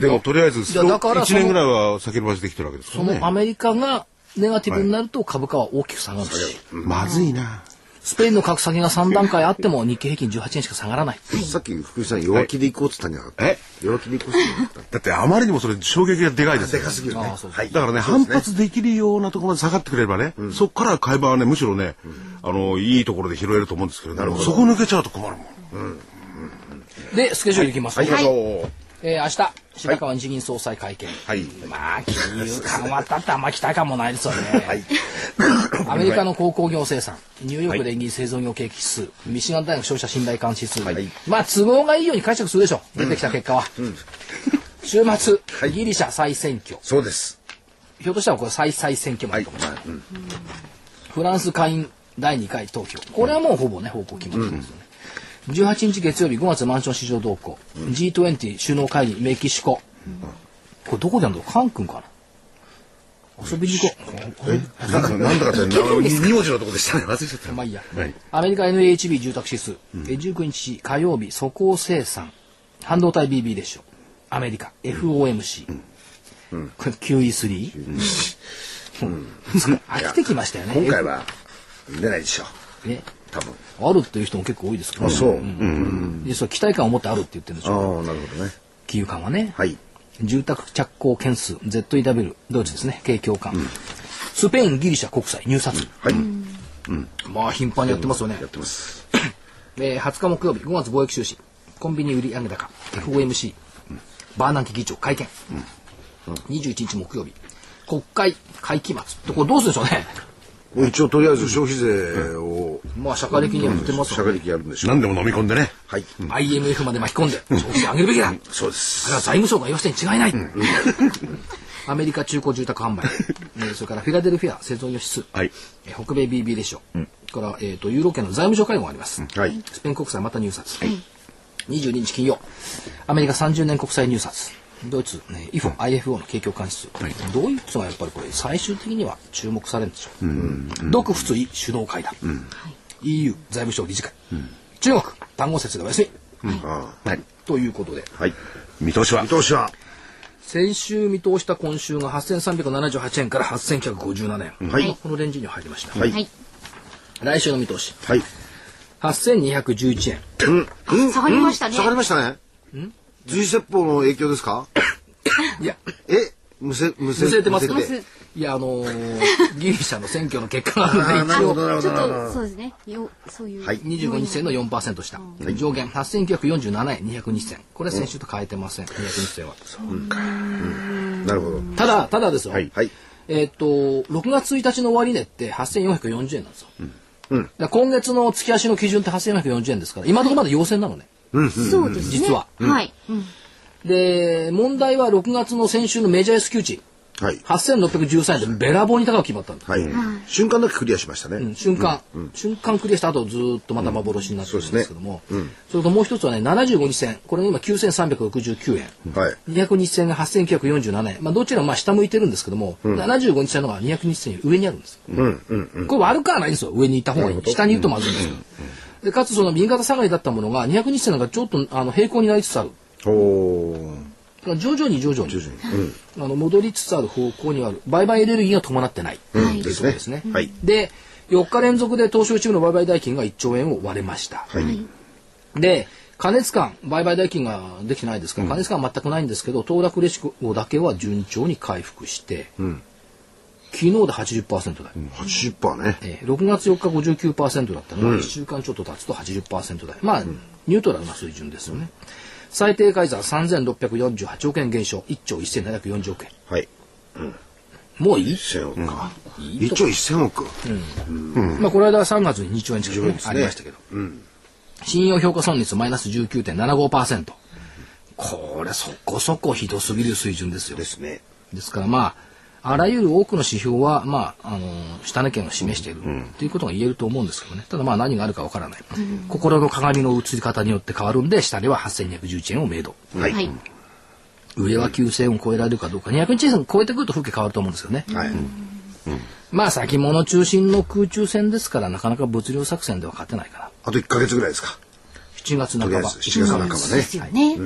[SPEAKER 4] でもとりあえず、
[SPEAKER 1] いやだからそ
[SPEAKER 4] 1
[SPEAKER 1] の
[SPEAKER 4] 年ぐらいは先延ばしできてるわけです
[SPEAKER 1] そ
[SPEAKER 4] よね
[SPEAKER 1] のア。メリカがネガティブになると株価は大きく下がるし、
[SPEAKER 4] まずいな。
[SPEAKER 1] スペインの格下げが3段階あっても日経平均18円しか下がらない
[SPEAKER 3] さっき福井さん弱気で行こうって言ったんじゃなかった
[SPEAKER 4] え
[SPEAKER 3] 弱気で行こうって言ったんだ
[SPEAKER 4] だってあまりにもそれ衝撃がでかいです
[SPEAKER 3] で
[SPEAKER 4] よ
[SPEAKER 3] かすぎるね。
[SPEAKER 1] ああそうそう
[SPEAKER 3] はい
[SPEAKER 4] だからね、
[SPEAKER 3] そう
[SPEAKER 4] 反
[SPEAKER 3] ですね
[SPEAKER 4] 発できるようなところまで下がってくれればね、そこから買い場はね、むしろね、あの、いいところで拾えると思うんですけど、そこ抜けちゃうと困るもん。
[SPEAKER 1] でスケジュールいきます、
[SPEAKER 3] はい、どうぞ
[SPEAKER 1] えー明日白川日銀総裁会見、
[SPEAKER 4] はい。
[SPEAKER 1] まあ金融緩和だってあんま期待感もないですよね、
[SPEAKER 3] はい。
[SPEAKER 1] アメリカの鉱工業生産、ニューヨーク連銀製造業景気指数、ミシガン大学消費者信頼感指数、
[SPEAKER 3] い
[SPEAKER 1] まあ都合がいいように解釈するでしょう、出てきた結果は。週末、
[SPEAKER 3] い
[SPEAKER 1] ギリシャ再選挙、
[SPEAKER 3] そうです。
[SPEAKER 1] ひょっとしたらこれ再再選挙もあ
[SPEAKER 3] はい。
[SPEAKER 1] るかもしれない、
[SPEAKER 3] はいうん
[SPEAKER 1] フランス下院第2回投票、これはもうほぼね、方向決まってますよね。18日月曜日5月マンション市場動向、G20 首脳会議メキシコ、これどこでやるのカン君かな遊びに行こう。
[SPEAKER 3] なんかなんだ かって、二文字のとこでしたね。忘れちゃった。
[SPEAKER 1] まあいいや。アメリカ NHB 住宅指数、え19日火曜日、粗鋼生産、半導体 BB でしょ。アメリカ、FOMC。これ QE3? うん飽きてきましたよね。
[SPEAKER 3] 今回は出ないでしょう。
[SPEAKER 1] ね
[SPEAKER 3] 多分。
[SPEAKER 1] あるっていう人も結構多いですけど、
[SPEAKER 3] あ、そう。
[SPEAKER 1] うんでそう期待感を持ってあるって言ってるんでし
[SPEAKER 3] ああ
[SPEAKER 1] ょ。、
[SPEAKER 3] なるほどね。
[SPEAKER 1] 金融緩和ね。
[SPEAKER 3] はい。
[SPEAKER 1] 住宅着工件数、ZEW、ドイツですね、景況感。スペイン、ギリシャ国債、入札。
[SPEAKER 3] はい。
[SPEAKER 1] まあ、頻繁にやってますよね。
[SPEAKER 3] やってます。
[SPEAKER 1] えー20日木曜日5月貿易収支コンビニ売上高 FOMC バーナンキ議長会見21日木曜日国会会期末とこれどうするんでしょうね
[SPEAKER 3] もう一応とりあえず消費税を、
[SPEAKER 1] まあ、社会的には似てます
[SPEAKER 3] 社
[SPEAKER 1] よ
[SPEAKER 3] 会
[SPEAKER 1] ね。
[SPEAKER 3] 的やるんでしょう。
[SPEAKER 4] 何でも飲み込んでね。
[SPEAKER 3] はい。
[SPEAKER 1] IMF まで巻き込んで、消費税上げるべきだ。あれ
[SPEAKER 3] そうです。
[SPEAKER 1] は財務省が言わせてに違いない。アメリカ中古住宅販売、えーそれからフィラデルフィア製造業指数、
[SPEAKER 4] はい。
[SPEAKER 1] えー北米 BB レシオ、それから、えー、とユーロ圏の財務省会合があります。
[SPEAKER 3] はい。
[SPEAKER 1] スペイン国債また入札。22日金曜、アメリカ30年国債入札。ドイツ、ね、IFO、IFO の景況監視数。ドイツがやっぱりこれ、最終的には注目されるんでしょう。独仏意首脳会談。EU 財務省理事会。中国、単語説がお休み。
[SPEAKER 3] あ
[SPEAKER 4] はい。
[SPEAKER 1] ということで、
[SPEAKER 3] あはい。
[SPEAKER 4] 見通しは
[SPEAKER 3] 見通しは、
[SPEAKER 1] 先週見通した今週が8378円から8957円。
[SPEAKER 3] はい
[SPEAKER 1] このレンジに入りました。
[SPEAKER 3] はい。
[SPEAKER 5] はい。
[SPEAKER 1] 来週の見通し、
[SPEAKER 3] はい。
[SPEAKER 1] 8211円。
[SPEAKER 3] うん。うん
[SPEAKER 5] 下がりましたね
[SPEAKER 3] 下がりましたね。随説法の影響ですか
[SPEAKER 1] いや、
[SPEAKER 3] えむせ、むせ、
[SPEAKER 1] むせてます
[SPEAKER 3] む
[SPEAKER 1] ね
[SPEAKER 3] せて。
[SPEAKER 1] いや、あのーギリシャの選挙の結果な
[SPEAKER 3] あ
[SPEAKER 1] ので、
[SPEAKER 3] あ、な
[SPEAKER 1] 一
[SPEAKER 3] るほど、
[SPEAKER 1] 応、
[SPEAKER 3] なるほ
[SPEAKER 5] ちょ
[SPEAKER 3] ど
[SPEAKER 5] っ
[SPEAKER 3] なるほ
[SPEAKER 5] と、そうですね。よ、そういう。
[SPEAKER 3] はい
[SPEAKER 1] 25日線の4%下。上限8947円、202日線。これは先週と変えてません、202日線は。
[SPEAKER 3] ど。なるほど。
[SPEAKER 1] ただ、ただですよ。
[SPEAKER 4] はい
[SPEAKER 3] はい。
[SPEAKER 1] えーっと、6月1日の終値って8440円なんですよ。だから今月の月足の基準って8440円ですから、今のところまで陽線なのね。
[SPEAKER 5] そうですね。
[SPEAKER 1] 実は。
[SPEAKER 5] はい。うん
[SPEAKER 1] で、問題は6月の先週のメジャー S q 値。
[SPEAKER 3] はい。
[SPEAKER 1] 8613円でべらぼうに高く決まったんだ。
[SPEAKER 3] はい。瞬間だけクリアしましたね。
[SPEAKER 1] うん瞬間、瞬間クリアした後ずーっとまた幻になってるんですけども、それともう一つはね75日線これ今9369円、
[SPEAKER 3] はい。
[SPEAKER 1] 200日線が8947円、まあ、どちらもまあ下向いてるんですけども、75日線の方が200日線より上にあるんです、これ悪くはないんですよ上にいた方がいい下にいるとまずいんですよ、でかつその右肩下がりだったものが200日線の方がちょっとあの平行になりつつある
[SPEAKER 3] おー。
[SPEAKER 1] だから徐々に徐々にあの戻りつつある方向にある売買エネルギーが伴ってない、
[SPEAKER 3] うん。
[SPEAKER 1] と
[SPEAKER 3] で
[SPEAKER 1] いうこ
[SPEAKER 3] す
[SPEAKER 1] と
[SPEAKER 3] ね。
[SPEAKER 1] ですね。
[SPEAKER 3] はい。
[SPEAKER 1] で、4日連続で東証一部の売買代金が1兆円を割れました。
[SPEAKER 3] はい。
[SPEAKER 1] で、加熱感、売買代金ができてないですから、加熱感は全くないんですけど、騰落レシコだけは順調に回復して、昨日で80%台、
[SPEAKER 3] 80%ね。
[SPEAKER 1] えー6月4日59%だったのが、1週間ちょっと経つと80%台。まあ、ニュートラルな水準ですよね。最低改ざん3648億円減少、1兆1740億円。
[SPEAKER 3] はい。
[SPEAKER 1] もういい
[SPEAKER 3] 1000億か。一兆1000億。
[SPEAKER 1] まあ、この間は3月に2兆円近く、
[SPEAKER 3] ですね
[SPEAKER 1] ありましたけど、信用評価損率マイナス19.75%これそこそこひどすぎる水準ですよ
[SPEAKER 3] で
[SPEAKER 1] です
[SPEAKER 3] ね。
[SPEAKER 1] からまああらゆる多くの指標は、まあ、あの下値圏を示しているということが言えると思うんですけどねただまあ何があるかわからない、心の鏡の映り方によって変わるんで下値は8211円を明度
[SPEAKER 3] はい。
[SPEAKER 5] はい。
[SPEAKER 1] 上は9000を超えられるかどうか200日線超えてくると風景変わると思うんですよね、
[SPEAKER 3] はい。
[SPEAKER 1] まあ先物中心の空中戦ですからなかなか物量作戦では勝てないかな
[SPEAKER 3] あと1ヶ月ぐらいですか。
[SPEAKER 1] 7月
[SPEAKER 3] と
[SPEAKER 1] 半
[SPEAKER 3] りあえ
[SPEAKER 1] ば
[SPEAKER 3] ず、7月半ばね。
[SPEAKER 5] ですよね。
[SPEAKER 1] だか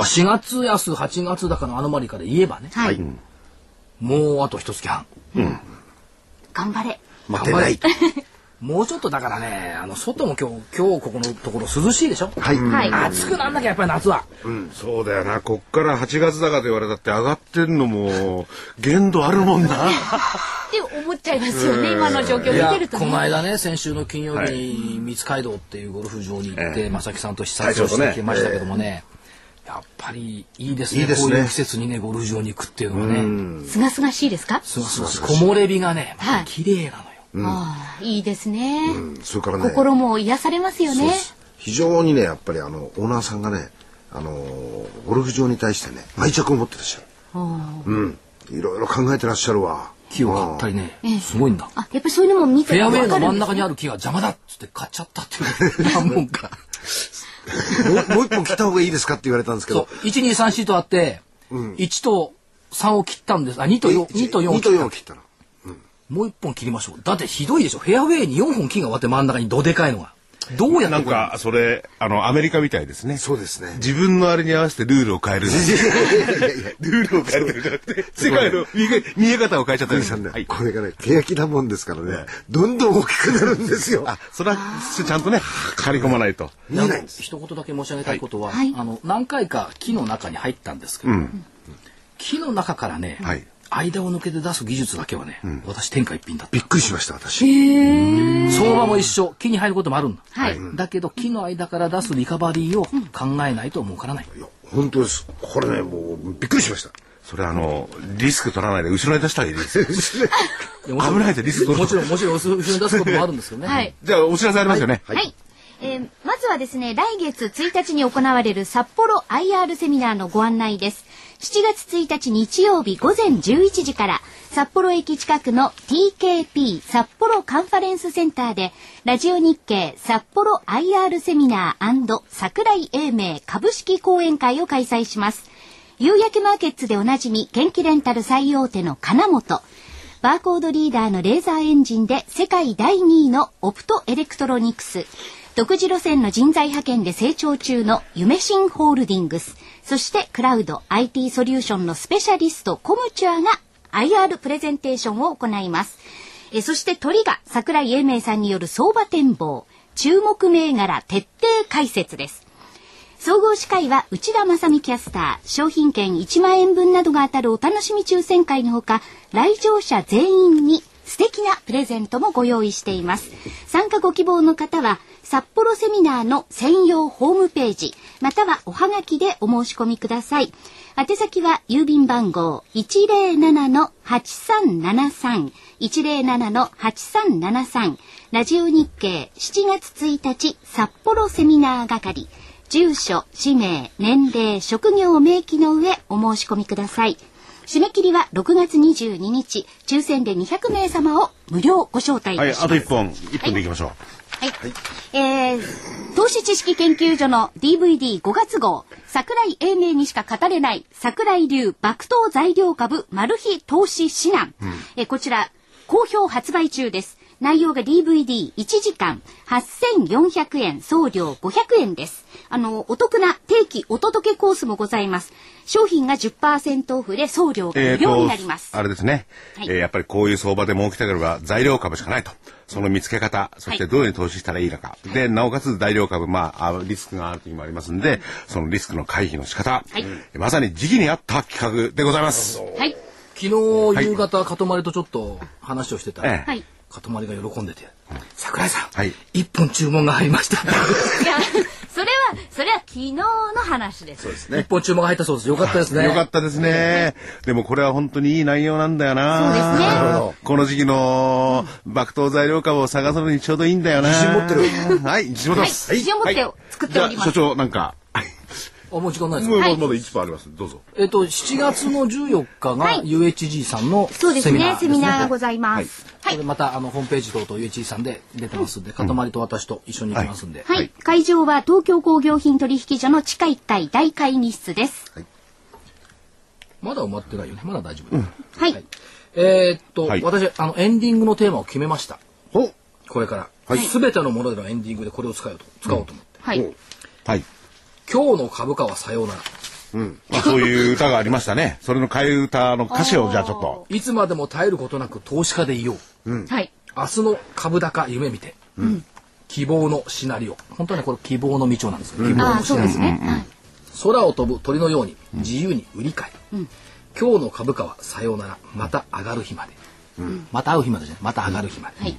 [SPEAKER 1] ら4月安8月高のアノマリカで言えばね
[SPEAKER 5] はい。
[SPEAKER 1] もうあと一月半
[SPEAKER 5] 頑張れ。
[SPEAKER 3] 待てない。
[SPEAKER 1] もうちょっとだからねあの外も今日今日ここのところ涼しいでしょ
[SPEAKER 3] はい。
[SPEAKER 5] はい。
[SPEAKER 1] 暑くなんなきゃやっぱり夏は
[SPEAKER 4] そうだよな。こっから8月だかと言われたって上がってんのも、限度あるもんな。
[SPEAKER 5] って思っちゃいますよね。今の状況
[SPEAKER 1] い
[SPEAKER 5] 見
[SPEAKER 1] や
[SPEAKER 5] てると
[SPEAKER 1] こ
[SPEAKER 5] ね。
[SPEAKER 1] の間ね先週の金曜日に三津街道っていうゴルフ場に行って、正木さんと視察をしてきましたけどもね、やっぱりいいですね
[SPEAKER 3] いいですね
[SPEAKER 1] こういう季節にねゴルフ場に行くっていうのがね
[SPEAKER 5] すがすがしいですか
[SPEAKER 1] すごいすごい木漏れ日がね、ま
[SPEAKER 5] は
[SPEAKER 1] た
[SPEAKER 5] い
[SPEAKER 1] 綺麗なのよ、
[SPEAKER 5] ああ、いいですね。
[SPEAKER 3] それからね。
[SPEAKER 5] 心も癒されますよね。
[SPEAKER 3] 非常にねやっぱりあのオーナーさんがねあのーゴルフ場に対してね愛着を持ってらっしゃる
[SPEAKER 5] あ
[SPEAKER 3] うんいろいろ考えてらっしゃるわ
[SPEAKER 1] 木を買ったりね、すごいんだ
[SPEAKER 5] ああ、やっぱりそういうのも見
[SPEAKER 1] フ
[SPEAKER 5] て
[SPEAKER 1] ェアウェイ
[SPEAKER 5] わか
[SPEAKER 1] の
[SPEAKER 5] る
[SPEAKER 1] 真ん
[SPEAKER 5] んで
[SPEAKER 1] 中
[SPEAKER 5] す
[SPEAKER 1] に
[SPEAKER 5] ね。
[SPEAKER 1] ある木が邪魔だっつって買っちゃったっていうもんか。
[SPEAKER 3] もうもう一本切った方がいいですかって言われたんですけ
[SPEAKER 1] そう
[SPEAKER 3] ど。
[SPEAKER 1] 1、2、3、4とあって、1と3を切ったんです。あ、2と4、2と4
[SPEAKER 3] 二
[SPEAKER 1] を
[SPEAKER 3] と
[SPEAKER 1] 切っ
[SPEAKER 3] 4
[SPEAKER 1] た
[SPEAKER 3] を。切ったの
[SPEAKER 1] もう1本切りましょう。だってひどいでしょ。フェアウェイに4本木が終わって真ん中にどでかいのが。どうやって
[SPEAKER 4] なん
[SPEAKER 1] これ
[SPEAKER 4] か、それ、あの、アメリカみたいですね。
[SPEAKER 3] そうですね
[SPEAKER 4] 自分のあれに合わせてルールを変える。ルールを変えるんじゃなくて、世界の見え見え方を変えちゃったりしたんだ。はい。
[SPEAKER 3] これがね欅なもんですからねどんどん大きくなるんですよ
[SPEAKER 4] あ、それは、ちゃんとね、刈り込まないと。
[SPEAKER 3] 見えないんです
[SPEAKER 1] 一言だけ申し上げたいことは、
[SPEAKER 5] はい
[SPEAKER 1] あの何回か木の中に入ったんですけど、木の中からね、
[SPEAKER 4] はい
[SPEAKER 1] 間を抜けて出す技術だけはね、私天下一品だった
[SPEAKER 3] びっくりしました私
[SPEAKER 1] 相場も一緒木に入ることもあるんだ、
[SPEAKER 5] はい
[SPEAKER 1] だけど木の間から出すリカバリーを考えないと儲からない、
[SPEAKER 3] いや本当ですこれねもうびっくりしました
[SPEAKER 4] それあの、リスク取らないで後ろに出したらいいですよ。
[SPEAKER 1] いやもちろ
[SPEAKER 4] 危ないですよリスク
[SPEAKER 1] もちろん、もちろん、後ろに出すこともあるんですけどね。
[SPEAKER 5] はい。
[SPEAKER 4] じゃあ、お知らせありますよね。
[SPEAKER 2] はい。えーまずはですね、来月1日に行われる札幌 IR セミナーのご案内です。7月1日日曜日午前11時から、札幌駅近くの TKP 札幌カンファレンスセンターで、ラジオ日経札幌 IR セミナー桜井英明株式講演会を開催します。夕焼けマーケッツでおなじみ、元気レンタル最大手の金本。バーコードリーダーのレーザーエンジンで世界第2位のオプトエレクトロニクス。独自路線の人材派遣で成長中の夢新ホールディングス。そしてクラウド IT ソリューションのスペシャリストコムチュアが IR プレゼンテーションを行います。えそして鳥が桜井英明さんによる相場展望。注目銘柄徹底解説です。総合司会は内田正美キャスター商品券1万円分などが当たるお楽しみ抽選会のほか来場者全員に素敵なプレゼントもご用意しています参加ご希望の方は札幌セミナーの専用ホームページまたはおはがきでお申し込みください宛先は郵便番号107-8373 107-8373ラジオ日経7月1日札幌セミナー係住所、氏名、年齢、職業を明記の上お申し込みください。締め切りは6月22日、抽選で200名様を無料ご招待い
[SPEAKER 4] は
[SPEAKER 2] た
[SPEAKER 4] い、
[SPEAKER 2] します。
[SPEAKER 4] あと一本、一本でいきましょ
[SPEAKER 2] はい。えー投資知識研究所の DVD5 月号、桜井英明にしか語れない桜井流爆投材料株マル秘投資指南。えーこちら、好評発売中です。内容が DVD1 時間8400円、送料500円です。あの、お得な定期お届けコースもございます。商品が10%オフで送料
[SPEAKER 4] う。
[SPEAKER 2] が無
[SPEAKER 4] ー
[SPEAKER 2] 料になります。
[SPEAKER 4] あれですね。
[SPEAKER 2] はい
[SPEAKER 4] えーやっぱりこういう相場で儲けたければ材料株しかないと。その見つけ方、そしてどういう投資したらいいのか。で、なおかつ材料株、まあ、あリスクがあるというのもありますんで、そのリスクの回避の仕方、
[SPEAKER 2] はい
[SPEAKER 4] まさに時期に合った企画でございます。
[SPEAKER 2] はい。
[SPEAKER 1] 昨日夕方、かとまりとちょっと話をしてたら、
[SPEAKER 4] ええ
[SPEAKER 2] はい。
[SPEAKER 1] かとまりが喜んでて、桜井さん、
[SPEAKER 4] はい
[SPEAKER 1] 一本注文が入りました。
[SPEAKER 5] いや、それは、それは昨日の話です。
[SPEAKER 1] 一本注文が入ったそうです。よかったですね。
[SPEAKER 4] よかったですね。でもこれは本当にいい内容なんだよな。
[SPEAKER 2] そうですねな
[SPEAKER 3] るほど
[SPEAKER 4] この時期の爆投材料株を探すのにちょうどいいんだよな。
[SPEAKER 3] 自信持ってる
[SPEAKER 4] はい、自信持ってます。
[SPEAKER 5] はい自信を持って
[SPEAKER 4] はい
[SPEAKER 5] 作っており
[SPEAKER 4] じゃ
[SPEAKER 5] ます
[SPEAKER 4] あ所長、なんか。はい
[SPEAKER 1] あ、もう時間ないです
[SPEAKER 4] も
[SPEAKER 1] か
[SPEAKER 4] うまだ
[SPEAKER 5] い
[SPEAKER 4] 1分あります。どうぞ。
[SPEAKER 1] えっと、7月の14日が UHG さんの
[SPEAKER 2] そうです
[SPEAKER 1] セミナ
[SPEAKER 2] ね
[SPEAKER 1] ー。で
[SPEAKER 2] セ
[SPEAKER 1] すね。
[SPEAKER 2] ミナーがございます。
[SPEAKER 1] これまた、あの、ホームページ等々 UHG さんで出てますんで、かとまりと私と一緒に行きますんで。
[SPEAKER 2] はい、会場は東京工業品取引所の地下1階大会議室です。
[SPEAKER 1] まだ埋まってないよね。まだ大丈夫。
[SPEAKER 2] はい、
[SPEAKER 1] えーっと、
[SPEAKER 4] はい
[SPEAKER 1] 私、あの、エンディングのテーマを決めました。
[SPEAKER 3] お
[SPEAKER 1] これから。すべてのものでのエンディングでこれを使おうと、使おうと思って。
[SPEAKER 2] はい、
[SPEAKER 4] はい。
[SPEAKER 1] 今日の株価はさようなら。
[SPEAKER 4] まあ、そういう歌がありましたね。それの替え歌の歌詞をじゃあちょっと。
[SPEAKER 1] いつまでも耐えることなく投資家でいよう。
[SPEAKER 5] はい。
[SPEAKER 1] 明日の株高夢見て。希望のシナリオ。本当はね、これ希望の道をなんですよ。希望の
[SPEAKER 2] ああ、そうですね。はい
[SPEAKER 1] 空を飛ぶ鳥のように自由に売り買い、今日の株価はさようならまた上がる日まで、また会う日までじゃないまた上がる日まで、
[SPEAKER 2] はい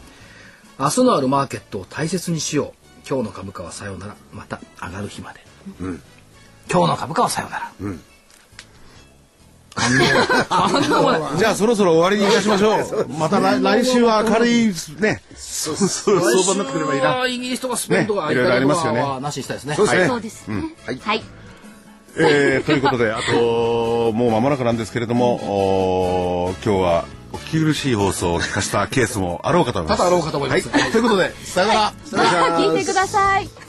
[SPEAKER 1] 明日のあるマーケットを大切にしよう今日の株価はさようならまた上がる日まで、今日の株価はさようなら、感動感動もない
[SPEAKER 4] じゃあそろそろ終わりにいたしましょう。また来来週は明るいね。そうそう相場になってくればいいな。
[SPEAKER 1] 来週はイギリスとかスペインとか、
[SPEAKER 4] ねいろいろありますよね
[SPEAKER 1] はなしにしたいですね
[SPEAKER 3] そうですね。
[SPEAKER 2] そうですね。はい、はい、
[SPEAKER 4] えー、ということで、あと、もう間もなくなんですけれども、おー今日は、お聞き苦しい放送を聞かせたケースもあろうかと思います。
[SPEAKER 1] 多々あろうかと思います
[SPEAKER 4] はい、ということで、さようなら。
[SPEAKER 5] また聞いてください。